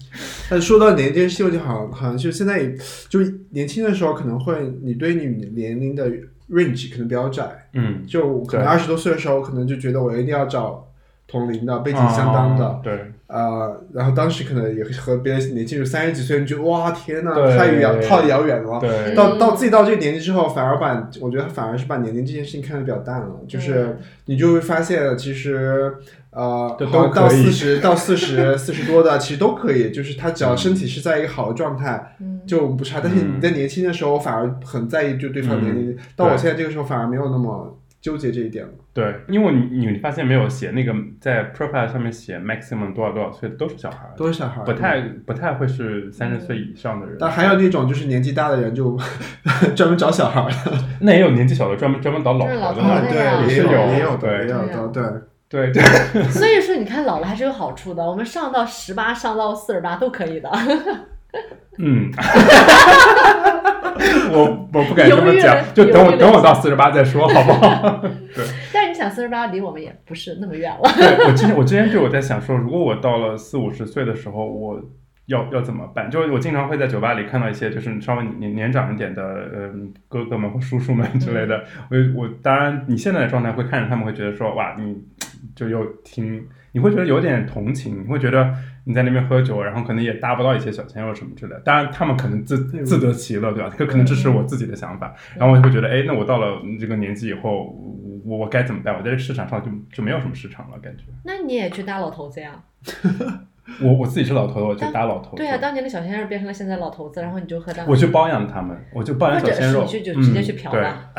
Speaker 1: 但说到年龄性，就好像好像就现在也，就年轻的时候可能会，你对你年龄的 range 可能比较窄，
Speaker 2: 嗯，
Speaker 1: 就可能
Speaker 2: 对
Speaker 1: 二十多岁的时候，可能就觉得我一定要找同龄的、背景相当的，
Speaker 2: 哦对，
Speaker 1: 呃，然后当时可能也和别人年轻人三十几岁，你觉得哇天呐，
Speaker 2: 对
Speaker 1: 太遥太遥远了。
Speaker 2: 对，
Speaker 1: 到到自己到这个年纪之后，反而把我觉得反而是把年龄这件事情看得比较淡了，就是你就会发现其实呃，
Speaker 2: 就都
Speaker 1: 好像到
Speaker 2: 可以
Speaker 1: 四 十到四十四十多的其实都可以，就是他只要身体是在一个好的状态
Speaker 3: 嗯
Speaker 1: 就不差。但是
Speaker 2: 嗯
Speaker 1: 你在年轻的时候，我反而很在意就对方年龄，到我现在这个时候反而没有那么纠结这一点了。
Speaker 2: 对，因为你你发现没有写那个在 profile 上面写 maximum 多少多少岁的都是小孩儿，
Speaker 1: 都是小孩儿，
Speaker 2: 不太不太会是三十岁以上的人。
Speaker 1: 但还有那种就是年纪大的人就 专门找小孩儿的，
Speaker 2: 那也有年纪小的专门专门找老
Speaker 3: 就
Speaker 2: 婆的
Speaker 3: 是老
Speaker 2: 嘛
Speaker 3: 头，的呀
Speaker 1: 对，
Speaker 2: 哦
Speaker 1: 啊
Speaker 2: 也
Speaker 1: 也
Speaker 2: 是有
Speaker 1: 也有的，
Speaker 2: 对
Speaker 1: 也有
Speaker 3: 对
Speaker 1: 的，
Speaker 3: 啊
Speaker 1: 对。
Speaker 2: 对对，
Speaker 3: 所以说，你看老了还是有好处的。我们上到十八，上到四十八都可以的。
Speaker 2: 嗯。 我我不敢这么
Speaker 3: 犹豫
Speaker 2: 讲
Speaker 3: 了，
Speaker 2: 就等
Speaker 3: 犹豫
Speaker 2: 我
Speaker 3: 了
Speaker 2: 等我到四十八再说，好不好？
Speaker 3: 但是你想，四十八离我们也不是那么远了。
Speaker 2: 对我之前我之前就我在想说，如果我到了四五十岁的时候，我要要怎么办？就是我经常会在酒吧里看到一些就是稍微年年长一点的嗯哥哥们或叔叔们之类的。我我当然你现在的状态会看着他们会觉得说哇你就又挺你会觉得有点同情，你会觉得你在那边喝酒，然后可能也搭不到一些小朋友什么之类的。当然他们可能自
Speaker 1: 对
Speaker 2: 自得其乐，对吧？可可能这是我自己的想法，然后我就会觉得哎那我到了这个年纪以后。我我该怎么办？我在这个市场上就就没有什么市场了，感觉。
Speaker 3: 那你也去搭老头子呀？
Speaker 2: 我我自己是老头，我就
Speaker 3: 当
Speaker 2: 打老头子。
Speaker 3: 对啊呀、当年的小鲜肉变成了现在老头子，然后你就喝大。
Speaker 2: 我去包养他们，我就包
Speaker 3: 或
Speaker 2: 养小
Speaker 3: 者
Speaker 2: 鲜
Speaker 3: 是
Speaker 2: 肉。
Speaker 3: 你去就直接去
Speaker 2: 嗯、
Speaker 3: 嫖
Speaker 2: 对
Speaker 3: 吧。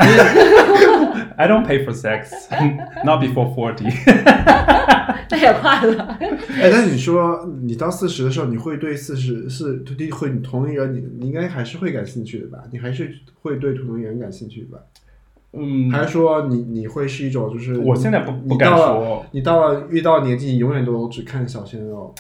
Speaker 2: I don't pay for sex, not before forty 。
Speaker 3: 那也快了。
Speaker 1: 哎，那你说你到四十的时候，你会对四十是对会你同龄人，你你应该还是会感兴趣的吧？你还是会对同龄人感兴趣的吧？
Speaker 2: 嗯，
Speaker 1: 还是说你你会是一种就是
Speaker 2: 我现在不不敢，
Speaker 1: 你
Speaker 2: 说，
Speaker 1: 你到了你到了遇到年纪，你永远都只看小鲜肉。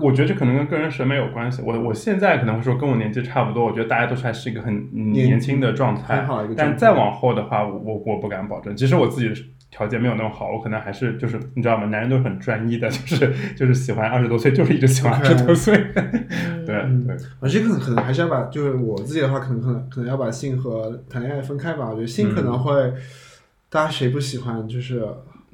Speaker 2: 我觉得这可能跟个人审美有关系。我我现在可能会说跟我年纪差不多，我觉得大家都是还是一个很嗯
Speaker 1: 年
Speaker 2: 年轻的状态
Speaker 1: 很好的一个。状态
Speaker 2: 但再往后的话，我我我不敢保证。其实我自己的条件没有那么好，我可能还是就是你知道吗？男人都是很专一的，就是就是喜欢二十多岁，就是一直喜欢二
Speaker 1: OK
Speaker 2: 十多岁。
Speaker 3: 嗯
Speaker 2: 对
Speaker 1: 嗯
Speaker 2: 对，
Speaker 1: 我这个可能还是要把，就是我自己的话，可能可能可能要把性和谈恋爱分开吧。我觉得性可能会，大家谁不喜欢？就是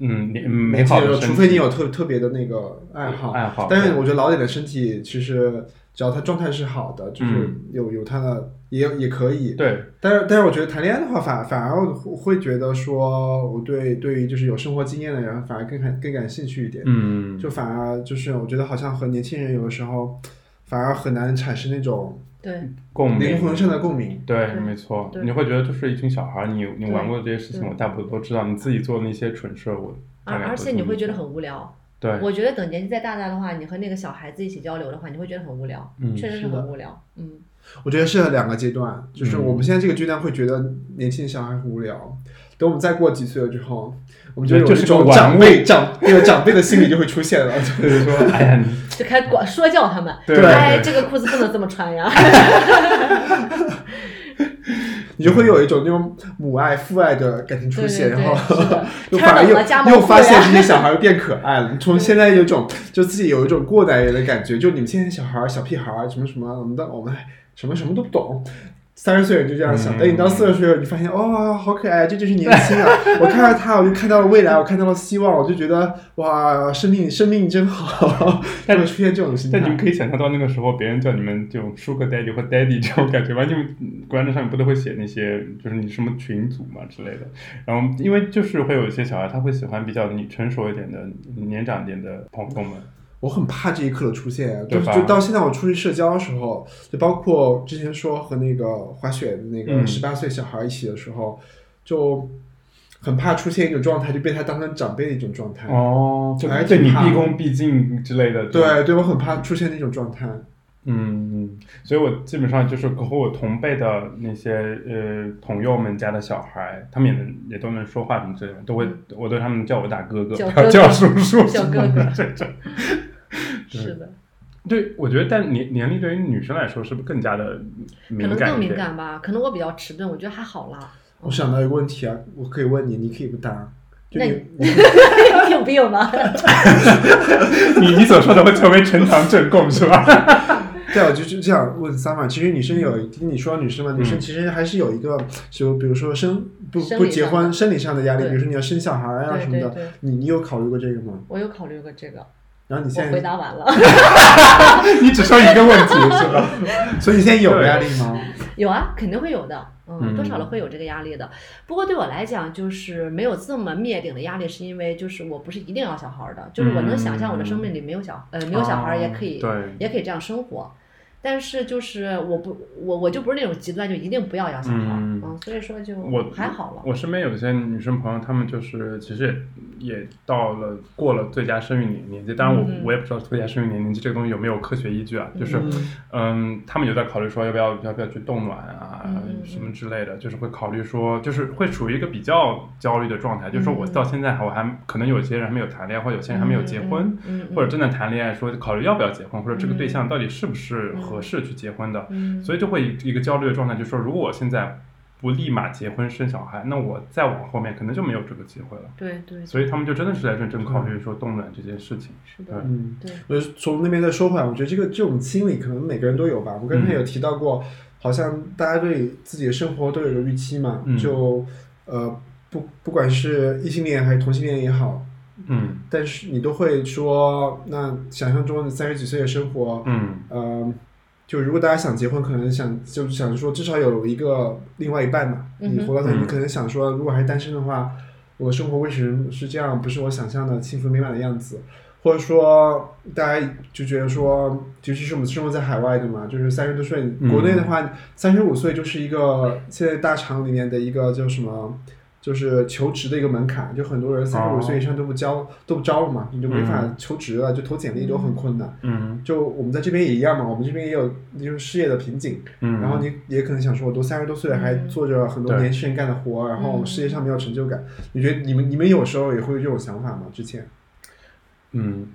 Speaker 2: 嗯，你嗯美好的身体，
Speaker 1: 除非你有特特别的那个爱好。
Speaker 2: 爱好，
Speaker 1: 但是
Speaker 2: 对
Speaker 1: 我觉得老点的身体，其实只要他状态是好的，就是
Speaker 2: 嗯
Speaker 1: 有有他的也也可以。
Speaker 2: 对
Speaker 1: 但是但是我觉得谈恋爱的话，反反而我会觉得说，我对对于就是有生活经验的人，反而更感更感兴趣一点。
Speaker 2: 嗯，
Speaker 1: 就反而就是我觉得好像和年轻人有的时候，反而很难产生那种
Speaker 3: 对
Speaker 2: 共鸣
Speaker 1: 灵魂上的共鸣。
Speaker 2: 对，
Speaker 3: 对
Speaker 2: 没错，
Speaker 3: 对
Speaker 2: 你会觉得就是一群小孩儿，你你
Speaker 3: 对
Speaker 2: 玩过的这些事情，
Speaker 3: 对
Speaker 2: 我大部分都知道，你自己做的那些蠢事，我大概
Speaker 3: 而
Speaker 2: 都
Speaker 3: 而且你会觉得
Speaker 2: 经
Speaker 3: 很无聊。
Speaker 2: 历过对，
Speaker 3: 我觉得等年纪再大大的话，你和那个小孩子一起交流的话，你会觉得很无聊，
Speaker 2: 嗯
Speaker 3: 确实
Speaker 1: 是的
Speaker 3: 很无聊。嗯，
Speaker 1: 我觉得是两个阶段，就是
Speaker 2: 嗯
Speaker 1: 我们现在这个阶段会觉得年轻小孩很无聊，等我们再过几岁了之后，我们就有
Speaker 2: 就
Speaker 1: 一
Speaker 2: 是
Speaker 1: 种
Speaker 2: 个
Speaker 1: 长
Speaker 2: 玩
Speaker 1: 辈长那个长辈的心理就会出现了。
Speaker 2: 就是 说，哎呀，你
Speaker 3: 就开始管说教他们，
Speaker 2: 对
Speaker 1: 对
Speaker 3: 哎，这个裤子不能这么 穿呀。
Speaker 1: 你就会有一种那种母爱、父爱的感情出现，
Speaker 3: 对对对
Speaker 1: 然后
Speaker 3: 是的
Speaker 1: 又反而
Speaker 3: 天冷了加
Speaker 1: 又
Speaker 3: 盟会啊
Speaker 1: 又发现这些小孩儿变可爱了。从现在有一种就自己有一种过来人的感觉，就你们现在小孩儿、小屁孩儿什么什么，我们的我们什么什么都不懂。三十岁人就这样想，
Speaker 2: 嗯
Speaker 1: 等你到四十岁，你发现哦，好可爱，这就是年轻啊！我看到他，我就看到了未来，我看到了希望，我就觉得哇，生命生命真好，就会出现这种心态
Speaker 2: 但你。们可以想象到那个时候，别人叫你们就 sugar daddy 或 daddy 这种感觉吧，因为嗯观众上面不都会写那些就是你什么群组嘛之类的。然后因为就是会有一些小孩，他会喜欢比较你成熟一点的、年长一点的朋友们。
Speaker 1: 我很怕这一刻的出现，
Speaker 2: 对
Speaker 1: 就
Speaker 2: 吧
Speaker 1: 就到现在我出去社交的时候，就包括之前说和那个滑雪的那个
Speaker 2: 嗯
Speaker 1: 十八岁小孩一起的时候，就很怕出现一种状态，就被他当成长辈的一种状态。
Speaker 2: 哦，就
Speaker 1: 还
Speaker 2: 对
Speaker 1: 挺
Speaker 2: 你
Speaker 1: 怕
Speaker 2: 毕恭毕敬之类的。
Speaker 1: 对对，我很怕出现那种状态。
Speaker 2: 嗯，嗯，所以我基本上就是和我同辈的那些呃朋友们家的小孩，他们也能也都能说话什么之类的，都会我对他们叫我大哥哥，
Speaker 3: 嗯叫
Speaker 2: 不要
Speaker 3: 哥
Speaker 2: 叫
Speaker 3: 哥
Speaker 2: 叔叔，
Speaker 3: 叫哥哥
Speaker 2: 这种。
Speaker 3: 是的，
Speaker 2: 对，我觉得但年年龄对于女生来说是不是更加的
Speaker 3: 可
Speaker 2: 敏
Speaker 3: 能
Speaker 2: 感
Speaker 3: 更
Speaker 2: 一
Speaker 3: 敏
Speaker 2: 点？
Speaker 3: 感吧。可能我比较迟钝，我觉得还好 啦。
Speaker 1: 我想到一个问题啊，我可以问你，你可以不答。就你
Speaker 3: 有病吧？
Speaker 2: 你你所说的会成为呈堂证供是吧？
Speaker 1: 对，我就就这样问 Summer。其实女生有，
Speaker 3: 嗯
Speaker 1: 听你说女生嘛，女生
Speaker 2: 嗯
Speaker 1: 其实还是有一个，就比如说生不
Speaker 3: 生理
Speaker 1: 不结
Speaker 3: 上的
Speaker 1: 婚生理上的压力，
Speaker 3: 对
Speaker 1: 比如说你要生小孩啊
Speaker 3: 对
Speaker 1: 什么
Speaker 3: 对
Speaker 1: 的。
Speaker 3: 对，
Speaker 1: 你你有考虑过这个吗？
Speaker 3: 我有考虑过这个，
Speaker 1: 然后你现
Speaker 3: 我
Speaker 1: 在
Speaker 3: 回答完了。
Speaker 2: 你只说一个 问题是吧？
Speaker 1: 所以你现在有
Speaker 2: 对
Speaker 1: 压力吗？
Speaker 3: 有啊，肯定会有的，嗯，
Speaker 2: 嗯
Speaker 3: 多少了会有这个压力的。不过对我来讲，就是没有这么灭顶的压力，是因为就是我不是一定要小孩儿的，就是我能想象我的生命里没有小，呃，没有小孩儿也可以，
Speaker 2: 哦对，
Speaker 3: 也可以这样生活。但是就是我不我我就不是那种极端，就一定不要养小孩儿，
Speaker 2: 嗯
Speaker 3: 嗯所以说就
Speaker 2: 我
Speaker 3: 还好了，
Speaker 2: 我身边有些女生朋友，她们就是其实也也到了过了最佳生育年年纪，当然我、
Speaker 3: 嗯
Speaker 2: 我也不知道最佳生育年龄这个东西有没有科学依据啊，就是
Speaker 1: 嗯
Speaker 2: 嗯，他们有在考虑说要不要要不要去冻卵啊、
Speaker 3: 嗯嗯嗯
Speaker 2: 什么之类的，就是会考虑说，就是会处于一个比较焦虑的状态，就是说我
Speaker 3: 嗯嗯
Speaker 2: 到现在我还可能有些人还没有谈恋爱，或者有些人还没有结婚。
Speaker 3: 嗯，嗯嗯、
Speaker 2: 或者真的谈恋爱，说考虑要不要结婚，或者这个
Speaker 3: 嗯
Speaker 2: 对象到底是不是合适去结婚的，
Speaker 3: 嗯，
Speaker 2: 所以就会一个焦虑的状态，就是说，如果我现在不立马结婚生小孩，那我再往后面可能就没有这个机会了。
Speaker 3: 对对，
Speaker 2: 所以他们就真的是在认真考虑说冻卵这件事情。
Speaker 3: 是
Speaker 2: 对
Speaker 3: 的，
Speaker 1: 嗯
Speaker 3: 对，
Speaker 1: 我从那边再说回来，我觉得这个这种心理可能每个人都有吧。我刚才有提到过，好像大家对自己的生活都有一个预期嘛，
Speaker 2: 嗯
Speaker 1: 就呃不不管是异性恋还是同性恋也好，
Speaker 2: 嗯
Speaker 1: 但是你都会说，那想象中的三十几岁的生活，
Speaker 2: 嗯
Speaker 1: 呃，就如果大家想结婚，可能想就是想说至少有一个另外一半嘛。
Speaker 3: 嗯哼
Speaker 1: 你活到这里，
Speaker 2: 嗯
Speaker 1: 你可能想说，如果还单身的话，我生活为什么是这样？不是我想象的幸福美满的样子。或者说，大家就觉得说，尤其是我们生活在海外的嘛，就是三十多岁，
Speaker 2: 嗯
Speaker 1: 国内的话，三十五岁就是一个现在大厂里面的一个叫什么，就是求职的一个门槛，就很多人三十五岁以上都不招、都不招了嘛，你就没法
Speaker 2: 哦嗯
Speaker 1: 求职了，就投简历都很困难。
Speaker 2: 嗯
Speaker 1: 就我们在这边也一样嘛，我们这边也有就是事业的瓶颈，
Speaker 2: 嗯，
Speaker 1: 然后你也可能想说，我都三十多岁了，
Speaker 3: 嗯
Speaker 1: 还做着很多
Speaker 2: 对
Speaker 1: 年轻人干的活，然后
Speaker 3: 嗯
Speaker 1: 事业上没有成就感。你觉得你们你们有时候也会有这种想法吗？之前，
Speaker 2: 嗯，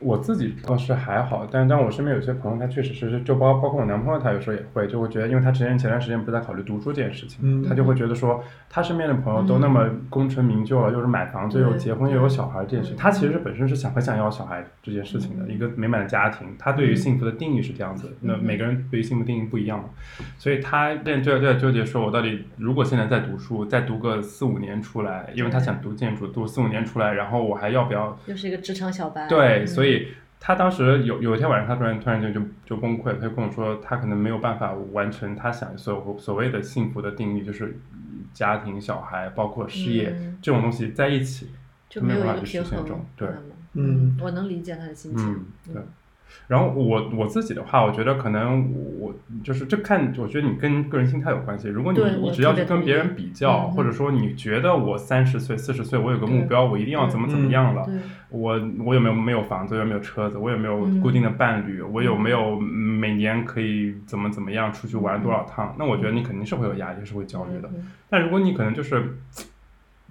Speaker 2: 我自己倒是还好，但但我身边有些朋友，他确实是，就包包括我男朋友，他有时候也会，就会觉得，因为他之前前段时间不是在考虑读书这件事情，
Speaker 1: 嗯
Speaker 2: 他就会觉得说，他身边的朋友都那么功成名就了，又是买房子，又有结婚，
Speaker 3: 嗯对
Speaker 2: 又有小孩这件事，他其实本身是想很想要小孩这件事情的，
Speaker 3: 嗯
Speaker 2: 一个美满的家庭，他对于幸福的定义是这样子，那
Speaker 3: 嗯
Speaker 2: 每个人对于幸福定义不一样嘛，所以他现在就在纠结说，我到底如果现在在读书，再读个四五年出来，因为他想读建筑，读四五年出来，然后我还要不要？
Speaker 3: 又是一个职场小白，
Speaker 2: 对，
Speaker 3: 嗯
Speaker 2: 所以他当时有有一天晚上，他突然突然间就就崩溃了，他就跟我说，他可能没有办法完成他想所所谓的幸福的定义，就是家庭、小孩，包括事业、
Speaker 3: 嗯
Speaker 2: 这种东西在一起。
Speaker 3: 就没有
Speaker 2: 没
Speaker 3: 一
Speaker 2: 有办
Speaker 3: 个
Speaker 2: 法去
Speaker 3: 平
Speaker 2: 实现
Speaker 3: 衡
Speaker 2: 这种，对
Speaker 3: 可能
Speaker 1: 嗯，
Speaker 3: 我能理解他的心情，
Speaker 2: 嗯，对。然后我我自己的话，我觉得可能我就是这看，我觉得你跟个人心态有关系。如果你
Speaker 3: 对
Speaker 2: 你
Speaker 3: 我
Speaker 2: 只要
Speaker 3: 特别
Speaker 2: 去跟
Speaker 3: 同
Speaker 2: 别
Speaker 3: 意
Speaker 2: 人比较，
Speaker 3: 嗯
Speaker 2: 或者说你觉得我三十岁、四十岁，我有个目
Speaker 3: 对
Speaker 2: 标，我一定要
Speaker 3: 对嗯
Speaker 2: 怎么怎么样了，
Speaker 3: 对，
Speaker 2: 我我有没有没有房子，我有没有车子，我有没有
Speaker 3: 嗯
Speaker 2: 固定的伴侣，我有没有每年可以怎么怎么样出去玩多少趟？那我觉得你肯定是会有压力，是会焦虑的。
Speaker 3: 嗯
Speaker 2: 但如果你可能就是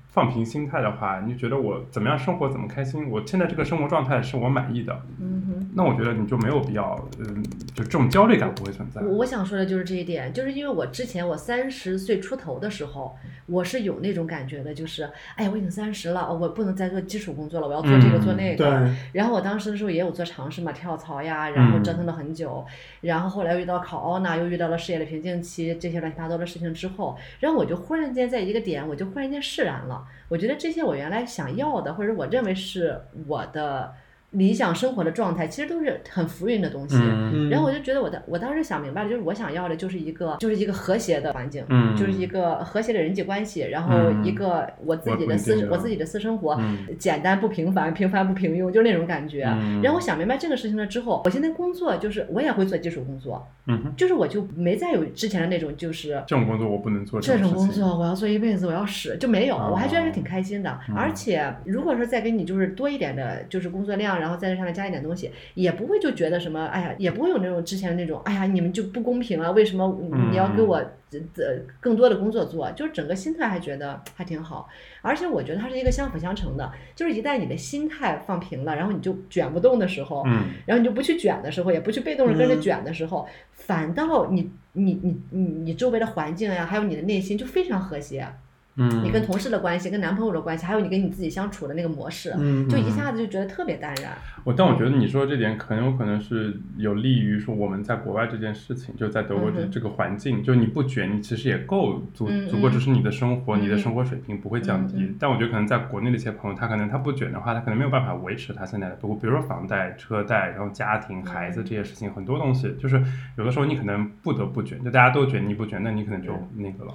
Speaker 2: 放平心态的话，你就觉得我怎么样生活怎么开心，我现在这个生活状态是我满意的，
Speaker 3: 嗯哼。
Speaker 2: 那我觉得你就没有必要，嗯，就这种焦虑感不会存在。
Speaker 3: 我我想说的就是这一点，就是因为我之前我三十岁出头的时候，我是有那种感觉的，就是哎呀，我已经三十了，哦我不能再做基础工作了，我要做这个、
Speaker 2: 嗯
Speaker 3: 做那
Speaker 1: 对
Speaker 3: 个。，然后我当时的时候也有做尝试嘛，跳槽呀，然后折
Speaker 2: 嗯
Speaker 3: 腾了很久，然后后来又遇到考奥呢，又遇到了事业的瓶颈期，这些乱七八糟的事情之后，然后我就忽然间在一个点，我就忽然间释然了。我觉得这些我原来想要的，或者我认为是我的理想生活的状态，其实都是很浮云的东西。
Speaker 2: 嗯
Speaker 1: 嗯，
Speaker 3: 然后我就觉得我的我当时想明白了，就是我想要的就是一个就是一个和谐的环境，
Speaker 2: 嗯
Speaker 3: 就是一个和谐的人际关系，然后一个我自己的
Speaker 2: 我不一
Speaker 3: 私
Speaker 2: 定
Speaker 3: 我自己的私生活。
Speaker 2: 嗯
Speaker 3: 简单不平凡，平凡不平庸，就那种感觉。
Speaker 2: 嗯
Speaker 3: 然后我想明白这个事情了之后，我现在工作就是我也会做基础工作，
Speaker 2: 嗯哼，
Speaker 3: 就是我就没再有之前的那种就是
Speaker 2: 这种工作我不能做
Speaker 3: 这
Speaker 2: 种
Speaker 3: 种
Speaker 2: 事
Speaker 3: 工
Speaker 2: 情。
Speaker 3: 作我要做一辈子，我要使就没有，
Speaker 2: 啊
Speaker 3: 我还觉得还挺开心的。
Speaker 2: 嗯
Speaker 3: 而且如果说再给你就是多一点的，就是工作量，然后在这上面加一点东西，也不会就觉得什么，哎呀，也不会有那种之前那种，哎呀，你们就不公平啊，为什么
Speaker 2: 嗯
Speaker 3: 你要给我呃更多的工作做？就是整个心态还觉得还挺好，而且我觉得它是一个相辅相成的，就是一旦你的心态放平了，然后你就卷不动的时候，
Speaker 2: 嗯
Speaker 3: 然后你就不去卷的时候，也不去被动的跟着
Speaker 1: 嗯
Speaker 3: 卷的时候，反倒你你你你你周围的环境呀、还有你的内心就非常和谐。
Speaker 2: 嗯，
Speaker 3: 你跟同事的关系、跟男朋友的关系，还有你跟你自己相处的那个模式，
Speaker 1: 嗯，
Speaker 3: 就一下子就觉得特别淡然。
Speaker 2: 我但我觉得你说这点很有可能是有利于说我们在国外这件事情，就在德国这
Speaker 3: 嗯哼
Speaker 2: 这个环境，就你不卷，你其实也够足
Speaker 3: 嗯嗯
Speaker 2: 足够支持你的生活，
Speaker 3: 嗯嗯
Speaker 2: 你的生活水平不会降低
Speaker 3: 嗯嗯。
Speaker 2: 但我觉得可能在国内的一些朋友，他可能他不卷的话，他可能没有办法维持他现在的，不比如说房贷、车贷，然后家庭、孩
Speaker 3: 嗯
Speaker 2: 子这些事情，很多东西就是有的时候你可能不得不卷，就大家都卷你不卷，那你可能就那个了。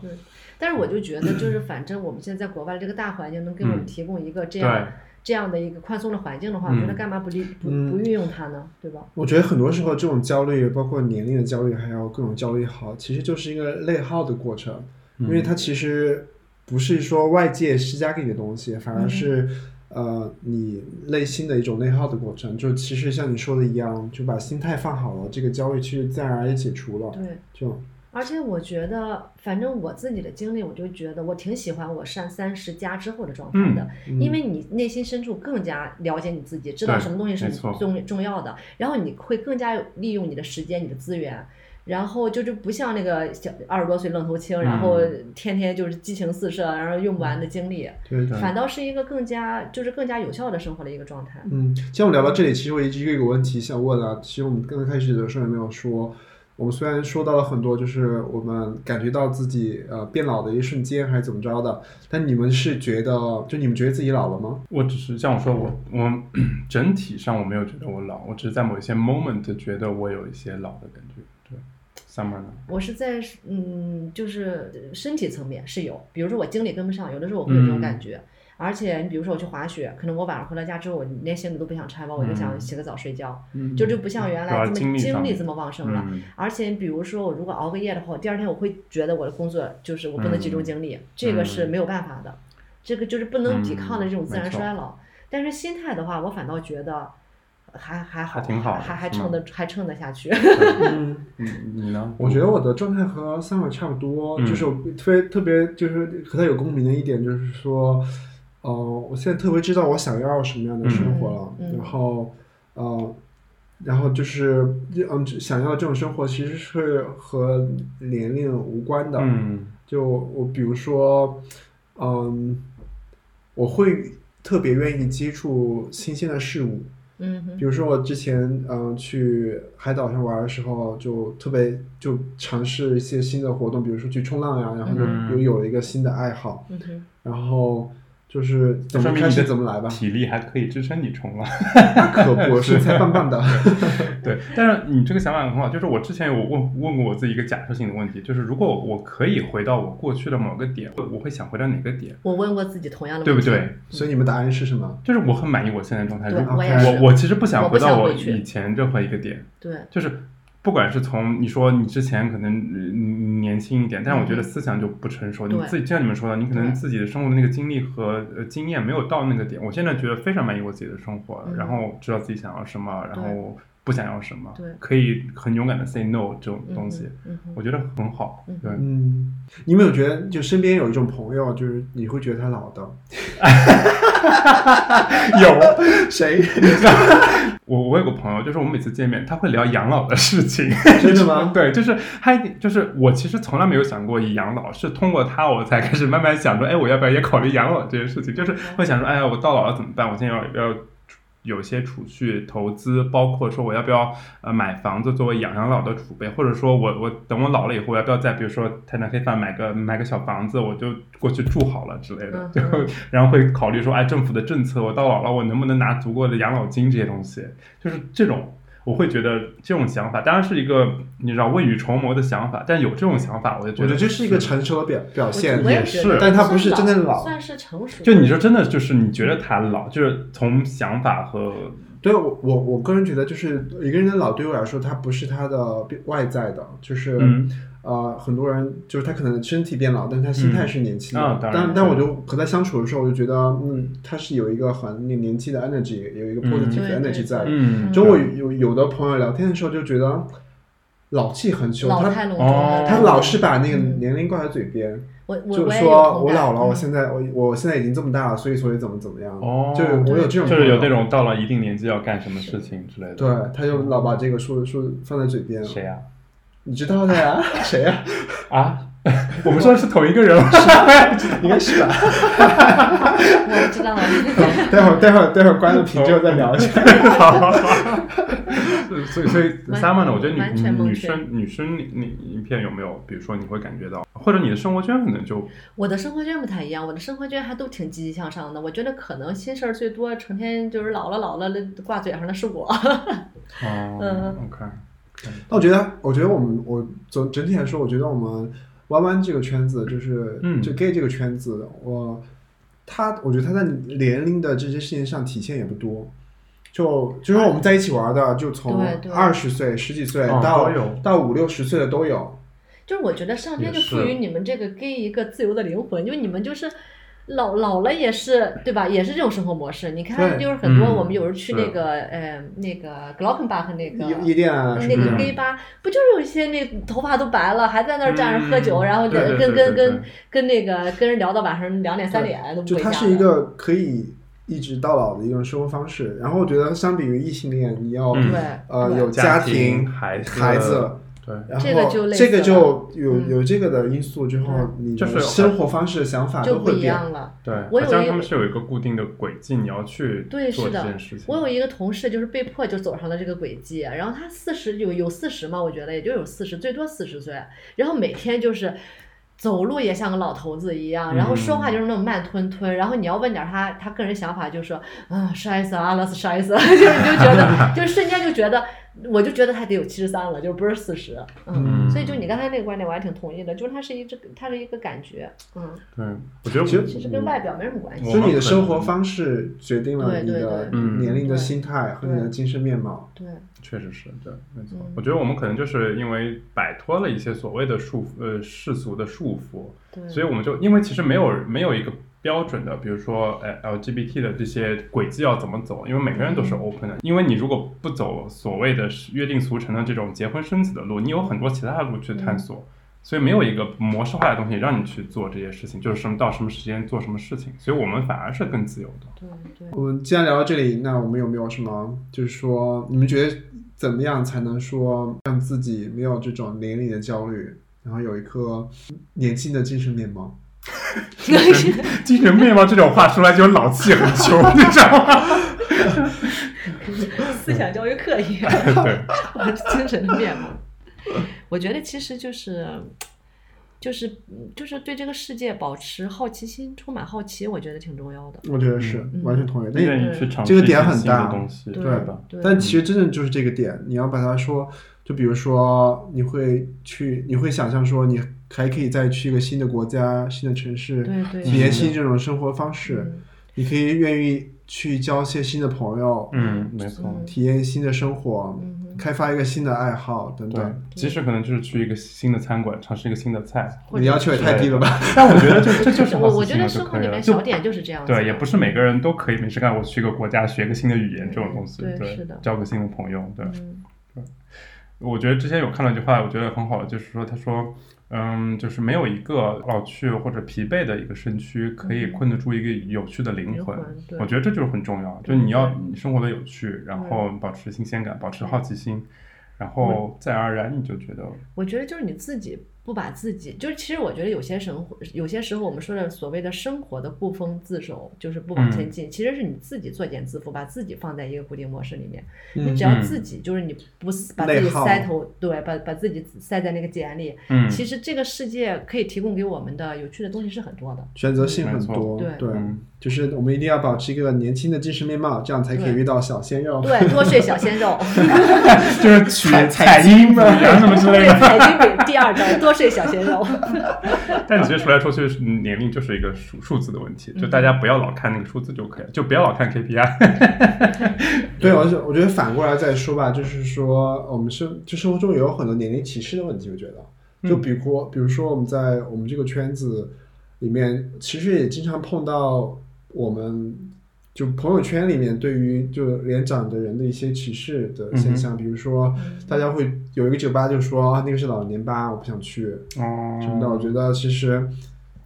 Speaker 3: 但是我就觉得，就是反正我们现在在国外这个大环境能给我们提供一个这样
Speaker 2: 对
Speaker 3: 这样的一个宽松的环境的话，
Speaker 2: 嗯
Speaker 3: 我觉得干嘛不利不
Speaker 1: 嗯
Speaker 3: 不运用它呢？对吧？
Speaker 1: 我觉得很多时候这种焦虑，包括年龄的焦虑，还有各种焦虑也好，其实就是一个内耗的过程，因为它其实不是说外界施加给你的东西，反而是、呃你内心的一种内耗的过程。就其实像你说的一样，就把心态放好了，这个焦虑其实自然而然解除了。
Speaker 3: 对。
Speaker 1: 就
Speaker 3: 而且我觉得，反正我自己的经历，我就觉得我挺喜欢我上三十加之后的状态的，
Speaker 1: 嗯
Speaker 3: 因为你内心深处更加了解你自己，知道
Speaker 2: 对
Speaker 3: 什么东西是
Speaker 2: 没错
Speaker 3: 重重要的，然后你会更加利用你的时间、你的资源。然后就是不像那个小二十多岁愣头青，然后天天就是激情四射，然后用不完的精力，
Speaker 1: 嗯对对。
Speaker 3: 反倒是一个更加就是更加有效的生活的一个状态。
Speaker 1: 嗯，像我们聊到这里，其实我一直有一个问题想问啊。其实我们刚刚开始的时候也没有说，我们虽然说到了很多，就是我们感觉到自己呃变老的一瞬间还是怎么着的，但你们是觉得，就你们觉得自己老了吗？
Speaker 2: 我只是像我说，我我 整体上我没有觉得我老，我只是在某一些 moment 觉得我有一些老的感觉。对，summer 呢？
Speaker 3: 我是在嗯，就是身体层面是有，比如说我精力跟不上，有的时候我会有这种感觉。
Speaker 2: 嗯
Speaker 3: 而且你比如说我去滑雪，可能我晚上回到家之后，我连行李都不想拆包，我就想
Speaker 2: 嗯
Speaker 3: 洗个澡睡觉，
Speaker 1: 嗯
Speaker 3: 就就不像原
Speaker 2: 主要
Speaker 3: 来这
Speaker 2: 精
Speaker 3: 么
Speaker 2: 力
Speaker 3: 精
Speaker 2: 上
Speaker 3: 力
Speaker 2: 面
Speaker 3: 这么旺盛了。
Speaker 2: 嗯，
Speaker 3: 而且比如说我如果熬个夜的话，我第二天我会觉得我的工作就是我不能集
Speaker 2: 嗯
Speaker 3: 中精力，这个是没有办法的，这个就是不能抵抗的这
Speaker 2: 嗯
Speaker 3: 种自然衰老。但是心态的话，我反倒觉得还还好，
Speaker 2: 还挺好的
Speaker 3: 还还
Speaker 2: 是吗
Speaker 3: 撑得还撑得下去。
Speaker 1: 嗯，
Speaker 2: 你你呢？
Speaker 1: 我觉得我的状态和 Summer 差不多，
Speaker 2: 嗯
Speaker 1: 就是我特别特别就是和他有共鸣的一点就是说，呃，我现在特别知道我想要什么样的生活了，
Speaker 3: 嗯嗯
Speaker 1: 然后呃，然后就是嗯，想要的这种生活其实是和年龄无关的，
Speaker 2: 嗯
Speaker 1: 就我比如说，嗯，我会特别愿意接触新鲜的事物，
Speaker 3: 嗯哼
Speaker 1: 比，如说我之前嗯、呃去海岛上玩的时候，就特别就尝试一些新的活动，比如说去冲浪呀、然后就
Speaker 2: 嗯
Speaker 1: 又有了一个新的爱好，
Speaker 3: 嗯哼。
Speaker 1: 然后就是怎么
Speaker 2: 说明
Speaker 1: 开
Speaker 2: 你
Speaker 1: 始
Speaker 2: 的
Speaker 1: 怎么来吧，
Speaker 2: 体力还可以支撑你冲浪。
Speaker 1: 可不，身材棒棒的，
Speaker 2: 对，但是你这个想法很好，就是我之前有问问过我自己一个假设性的问题，就是如果我可以回到我过去的某个点，我我会想回到哪个点，
Speaker 3: 我问过自己同样的
Speaker 2: 对
Speaker 3: 问
Speaker 2: 不
Speaker 3: 题，
Speaker 2: 对？
Speaker 1: 所以你们答案是什么？
Speaker 2: 就是我很满意我现在的状态。
Speaker 3: 对
Speaker 2: 如果
Speaker 3: 我也
Speaker 1: 是
Speaker 2: 我我其实不
Speaker 3: 我
Speaker 2: 想
Speaker 3: 不
Speaker 2: 回到
Speaker 3: 想
Speaker 2: 我
Speaker 3: 回去
Speaker 2: 以前任何一个点，
Speaker 3: 对
Speaker 2: 就是不管是从你说你之前可能呃你年轻一点，但我觉得
Speaker 3: 嗯
Speaker 2: 思想就不成熟。你
Speaker 3: 对
Speaker 2: 自己就像你们说的，你可
Speaker 3: 对
Speaker 2: 能自己的生活的那个经历和呃经验没有到那个点。我现在觉得非常满意我自己的生活，
Speaker 3: 嗯
Speaker 2: 然后知道自己想要什么，然
Speaker 3: 对
Speaker 2: 后不想要什么
Speaker 3: 对，
Speaker 2: 可以很勇敢的 say no 这种东西，，
Speaker 3: 嗯哼嗯
Speaker 2: 我
Speaker 3: 哼
Speaker 2: 觉得很好
Speaker 3: 嗯。
Speaker 2: 对，
Speaker 1: 嗯，你有没有觉得就身边有一种朋友，就是你会觉得他老的？
Speaker 2: 有
Speaker 1: 谁？
Speaker 2: 我我有个朋友，就是我们每次见面，他会聊养老的事情。
Speaker 1: 真的吗？
Speaker 2: 对，就是他，就是我其实从来没有想过以养老，是通过他我才开始慢慢想说，哎，我要不要也考虑养老这件事情？就是会想说，哎呀，我到老了怎么办？我现在要要有一些储蓄、投资，包括说我要不要呃买房子作为养养老的储备，或者说我我等我老了以后，我要不要再比如说泰南黑饭买个买个小房子，我就过去住好了之类的，就
Speaker 3: 嗯嗯
Speaker 2: 然后会考虑说，哎，政府的政策，我到老了我能不能拿足够的养老金这些东西，就是这种。我会觉得这种想法当然是一个你知道未雨绸缪的想法，但有这种想法，我就觉
Speaker 1: 我觉
Speaker 2: 得
Speaker 1: 得这是一个成熟的表表现
Speaker 3: 我，我也
Speaker 2: 也
Speaker 3: 觉
Speaker 2: 是
Speaker 3: 得，
Speaker 1: 但他不是真的老
Speaker 3: 算是成熟。
Speaker 2: 就你说真的就是你觉得他老，就是从想法和
Speaker 1: 对我我我个人觉得，就是一个人的老对我来说，他不是他的变外在的，就是、
Speaker 2: 嗯
Speaker 1: 呃，很多人就是他可能身体变老，但是他心态是年轻的。
Speaker 2: 嗯啊当然
Speaker 1: 但但我就和他相处的时候，我就觉得，嗯，他是有一个很年年轻的 energy，有一个
Speaker 2: 嗯
Speaker 1: positive 的
Speaker 3: 对对
Speaker 1: energy 在的。
Speaker 2: 嗯，
Speaker 1: 就我
Speaker 2: 对
Speaker 1: 有有的朋友聊天的时候就觉得老气横秋，
Speaker 3: 老
Speaker 1: 他
Speaker 3: 态龙钟了，
Speaker 2: 哦
Speaker 1: 他老是把那个
Speaker 3: 嗯
Speaker 1: 年龄挂在嘴边，
Speaker 3: 我嗯我
Speaker 1: 就是
Speaker 3: 也有
Speaker 1: 说
Speaker 3: 同
Speaker 1: 我
Speaker 3: 感
Speaker 1: 老了，我
Speaker 3: 嗯
Speaker 1: 现在我我现在已经这么大了，所以所以怎么怎么样。
Speaker 2: 哦，
Speaker 1: 就我有这种
Speaker 2: 就是有
Speaker 1: 朋
Speaker 2: 那
Speaker 1: 友
Speaker 2: 种到了一定年纪要干什么事情之类的。
Speaker 1: 对，他就老把这个说说放在嘴边。
Speaker 2: 谁呀、
Speaker 1: 你知道的呀？谁呀？
Speaker 2: 啊？ 我们说的是同一个人吗？
Speaker 1: 应该是吧。
Speaker 3: 我知道了，啊
Speaker 1: 待会儿，待会儿，待会儿关了屏之后再 聊一下。
Speaker 2: 好，嗯所以所以 Summer 呢，我觉得
Speaker 3: 完全
Speaker 2: 女
Speaker 3: 蒙
Speaker 2: 女
Speaker 3: 圈
Speaker 2: 生女生那一片有没有，比如说你会感觉到，或者你的生活圈可能就
Speaker 3: 我的生活圈不太一样，我的生活圈还都挺积极向上的。我觉得可能心事儿最多，成天就是老了老了挂嘴上的是我。
Speaker 2: 哦、
Speaker 3: 嗯
Speaker 2: o k
Speaker 1: 那我觉得，我觉得我们，我总整体来说，我觉得我们弯弯这个圈子，就是
Speaker 2: 嗯
Speaker 1: 就 gay 这个圈子，我他我觉得他在年龄的这些事情上体现也不多。就就说我们在一起玩的，就从
Speaker 3: 对对
Speaker 1: 二十岁、十几岁
Speaker 2: 哦
Speaker 1: 到、
Speaker 2: 都有
Speaker 1: 到五六十岁的都有。
Speaker 3: 就是我觉得上天
Speaker 2: 也
Speaker 3: 就是赋予你们这个 gay 一个自由的灵魂，因为你们就是老老了也是对吧？也是这种生活模式。你看，
Speaker 1: 对
Speaker 3: 就是很多
Speaker 2: 嗯
Speaker 3: 我们有时候去那
Speaker 2: 是
Speaker 3: 个呃那个 Glockenbach 那个
Speaker 1: 夜夜店啊什
Speaker 3: 那
Speaker 1: 么
Speaker 3: 个
Speaker 1: 的，
Speaker 3: gay 吧，不就是有一些那头发都白了，还在那儿站着喝酒，
Speaker 2: 嗯
Speaker 3: 然后
Speaker 2: 对对
Speaker 3: 跟跟
Speaker 2: 对对
Speaker 3: 跟跟跟那个跟人聊到晚上两点三点都不
Speaker 1: 就
Speaker 3: 回
Speaker 1: 它
Speaker 3: 家
Speaker 1: 是一
Speaker 3: 的。
Speaker 1: 个可以一直到老的一种生活方式。然后我觉得，相比于异性恋，你要、
Speaker 2: 嗯
Speaker 1: 呃
Speaker 3: 对
Speaker 1: 有
Speaker 3: 对，
Speaker 1: 家
Speaker 2: 庭、
Speaker 1: 庭、
Speaker 2: 孩子、
Speaker 1: 孩子，
Speaker 2: 对，
Speaker 1: 然后
Speaker 3: 这个就类似
Speaker 1: 这
Speaker 3: 了
Speaker 1: 个就有
Speaker 3: 嗯
Speaker 1: 有这个的因素之后，你
Speaker 2: 就是
Speaker 1: 的生活方式、想法
Speaker 3: 就
Speaker 1: 都
Speaker 3: 不
Speaker 1: 会
Speaker 3: 一
Speaker 1: 变。
Speaker 3: 样了。
Speaker 2: 对，
Speaker 3: 我有
Speaker 2: 好像
Speaker 3: 一
Speaker 2: 他
Speaker 3: 个
Speaker 2: 们是有一个固定的轨迹，你要去
Speaker 3: 对
Speaker 2: 做
Speaker 3: 是
Speaker 2: 这
Speaker 3: 的
Speaker 2: 件事情。
Speaker 3: 我有一个同事就是被迫就走上了这个轨迹，然后他四十有有四十嘛，我觉得也就有四十，最多四十岁，然后每天就是。走路也像个老头子一样，然后说
Speaker 2: 嗯
Speaker 3: 话就是那种慢吞吞，然后你要问点他他个人想法，就是说啊，scheiße alles scheiße，就是 你就觉得，就是瞬间就觉得，我就觉得他得有七十三了，就是不是四十，嗯，
Speaker 2: 嗯
Speaker 3: 所以就你刚才那个观点我还挺同意的，就是它是一这它是一个感觉，嗯，
Speaker 2: 对，我觉得
Speaker 1: 其实
Speaker 3: 其实跟外表没什么关系，
Speaker 1: 所以你的生活方式决定了
Speaker 3: 对
Speaker 1: 你
Speaker 3: 对
Speaker 1: 的
Speaker 3: 对
Speaker 2: 嗯
Speaker 1: 年龄的
Speaker 3: 对
Speaker 1: 心态和你的
Speaker 3: 对
Speaker 1: 精神面貌。
Speaker 3: 对，
Speaker 2: 确实是对，没错。
Speaker 3: 嗯
Speaker 2: 我觉得我们可能就是因为摆脱了一些所谓的束缚，呃世俗的束缚，
Speaker 3: 对，
Speaker 2: 所以我们就因为其实没有没有一个标准的，比如说呃 LGBT 的这些轨迹要怎么走，因为每个人都是 open 的。因为你如果不走所谓的约定俗成的这种结婚生子的路，你有很多其他的路去探索。所以没有一个模式化的东西让你去做这些事情，就是什么到什么时间做什么事情，所以我们反而是更自由的。
Speaker 3: 对对。
Speaker 1: 我们既然聊到这里，那我们有没有什么，就是说，你们觉得怎么样才能说让自己没有这种年龄的焦虑，然后有一颗年轻的精神面貌？
Speaker 2: 精神 面貌这种话说来就老气横秋，你知道吗？
Speaker 3: 思想教育课一样，
Speaker 2: 对，
Speaker 3: 我是精神的面貌。我觉得其实就是，就是就是对这个世界保持好奇心，充满好奇，我觉得挺重要的。
Speaker 1: 我觉得是、
Speaker 3: 嗯
Speaker 1: 完全同意。那
Speaker 2: 愿意去尝试
Speaker 1: 这个
Speaker 2: 一
Speaker 1: 点
Speaker 2: 些
Speaker 1: 很
Speaker 2: 新
Speaker 1: 大
Speaker 2: 的东西，
Speaker 3: 对
Speaker 2: 吧？
Speaker 3: 对
Speaker 1: 但其实真正就是这个点，你要把它说，就比如说你会去，你会想象说你还可以再去一个新的国家、新的城市，
Speaker 3: 对对
Speaker 1: 体验
Speaker 2: 是的
Speaker 1: 新这种生活方式，
Speaker 3: 嗯
Speaker 1: 你可以愿意去交一些新的朋友，
Speaker 2: 嗯，没错。
Speaker 3: 嗯
Speaker 1: 体验新的生活，
Speaker 3: 嗯哼
Speaker 1: 开发一个新的爱好等
Speaker 2: 对
Speaker 1: 等。，
Speaker 2: 即使可能就是去一个新的餐馆尝试一个新的菜，
Speaker 3: 或
Speaker 1: 你
Speaker 3: 者
Speaker 1: 要求也
Speaker 2: 是
Speaker 1: 太低了吧？
Speaker 2: 但我觉得就这就是好
Speaker 3: 我我
Speaker 2: 奇心
Speaker 3: 觉得
Speaker 2: 了
Speaker 3: 生
Speaker 2: 就
Speaker 3: 活
Speaker 2: 可以
Speaker 3: 里
Speaker 2: 了。
Speaker 3: 面
Speaker 2: 就
Speaker 3: 小点就是这样子的。
Speaker 2: 对，也不是每个人都可以没事干，我去个国家学个新的语言这种东西，
Speaker 3: 对
Speaker 2: 对
Speaker 3: 是的，
Speaker 2: 交个新的朋友，对。
Speaker 3: 嗯。
Speaker 2: 我觉得之前有看到一句话，我觉得很好，就是说，他说，嗯，就是没有一个老去或者疲惫的一个身躯可以
Speaker 3: 嗯
Speaker 2: 困得住一个有趣的灵
Speaker 3: 灵
Speaker 2: 魂。
Speaker 3: 魂对
Speaker 2: 我觉得这就是很重要，就
Speaker 3: 对
Speaker 2: 是你要
Speaker 3: 对
Speaker 2: 你生活的有趣，然后保持新鲜感，保持好奇心，然后自然而然你就觉得，
Speaker 3: 我觉得就是你自己不把自己，就是其实我觉得有些时候，有些时候我们说的所谓的生活的不封自守，就是不
Speaker 2: 嗯
Speaker 3: 往前进，其实是你自己作茧自缚，把自己放在一个固定模式里面。
Speaker 1: 嗯
Speaker 3: 你只要
Speaker 2: 嗯
Speaker 3: 自己就是你不死把自己
Speaker 1: 内耗
Speaker 3: 塞头，对，把把自己塞在那个茧里。
Speaker 2: 嗯，
Speaker 3: 其实这个世界可以提供给我们的有趣的东西是很多的。
Speaker 1: 选择性很多，
Speaker 3: 没错
Speaker 1: 对
Speaker 2: 嗯
Speaker 1: 就是我们一定要保持一个年轻的精神面貌，这样才可以
Speaker 3: 对
Speaker 1: 遇到小鲜肉。
Speaker 3: 对，多睡小鲜 肉，
Speaker 2: 就是取
Speaker 1: 采
Speaker 2: 采音嘛，然后什么之类
Speaker 3: 对，
Speaker 2: 的。
Speaker 3: 财经饼第二招，多睡小鲜肉。
Speaker 2: 但其实说来说去，年龄就是一个数数字的问题，就大家不要老看那个数字就可以了，就不要老看 KPI。
Speaker 1: 对，而且我觉得反过来再说吧，就是说我们生就生活中也有很多年龄歧视的问题，我觉得，
Speaker 2: 嗯
Speaker 1: 就比如比如说我们在我们这个圈子里面，其实也经常碰到我们就朋友圈里面对于就年长的人的一些歧视
Speaker 2: 嗯
Speaker 1: 的现象，比如说大家会有一个酒吧就说啊那个是老年吧，我不想去
Speaker 2: 哦
Speaker 1: 什么的，我觉得其实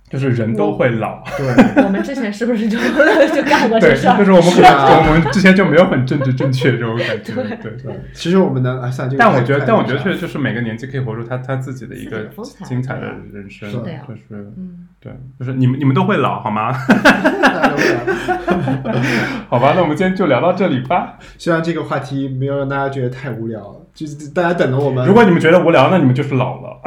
Speaker 2: 就是人都会老。
Speaker 1: 对。
Speaker 3: 我们之前是不是就 就干过
Speaker 2: 对，
Speaker 3: 这事儿
Speaker 2: 就？是我们可
Speaker 1: 是啊
Speaker 2: 能我们之前就没有很政治正确这种感觉，对对。
Speaker 1: 对，其实我们能啊，算了这个
Speaker 2: 但
Speaker 1: 太
Speaker 2: 我觉得，
Speaker 1: 太
Speaker 2: 但我
Speaker 1: 那
Speaker 2: 觉得
Speaker 1: 啥
Speaker 2: 确实就是每个年纪可以活出他他自己的一
Speaker 3: 自己
Speaker 2: 个
Speaker 3: 的风采
Speaker 2: 精彩的
Speaker 3: 对啊
Speaker 2: 人生，
Speaker 1: 是
Speaker 3: 的呀
Speaker 2: 就是
Speaker 3: 嗯，
Speaker 2: 对，就是你们你们都会老好吗？
Speaker 1: 大家都不聊
Speaker 2: 好吧，那我们今天就聊到这里吧。
Speaker 1: 希望这个话题没有让大家觉得太无聊了，就是大家等着我们。
Speaker 2: 如果你们觉得无聊，那你们就是老了，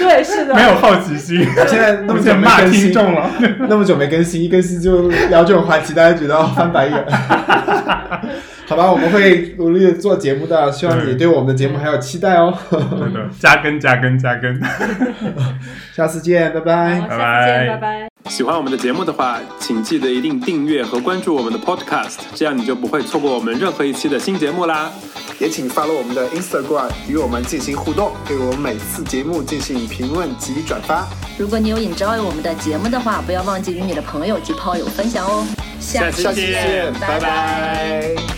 Speaker 3: 对，啊是的。
Speaker 2: 没有好奇心，
Speaker 1: 现在那么
Speaker 2: 我们
Speaker 1: 久
Speaker 2: 在
Speaker 1: 没
Speaker 2: 骂
Speaker 1: 更
Speaker 2: 听
Speaker 1: 新，
Speaker 2: 众了。
Speaker 1: 那么久没更新，一更新就聊这种话题，大家觉得翻白眼。
Speaker 4: 好吧，我们会努力做节目的，希望你
Speaker 5: 嗯
Speaker 4: 对我们的节目还有期待 哦。
Speaker 5: 对的，加根加根加根。
Speaker 4: 下次见，拜拜。
Speaker 3: 好，下次
Speaker 5: 拜
Speaker 3: 见，
Speaker 5: 拜
Speaker 3: 拜拜。
Speaker 2: 喜欢我们的节目的话，请记得一定订阅和关注我们的 Podcast，这样你就不会错过我们任何一期的新节目啦。
Speaker 1: 也请 follow 我们的 Instagram 与我们进行互动，对我们每次节目进行评论及转发。
Speaker 6: 如果你有 enjoy 我们的节目的话，不要忘记与你的朋友及炮友分享哦。
Speaker 2: 下期
Speaker 1: 下期见，
Speaker 2: 见
Speaker 1: 拜
Speaker 2: 拜
Speaker 1: 拜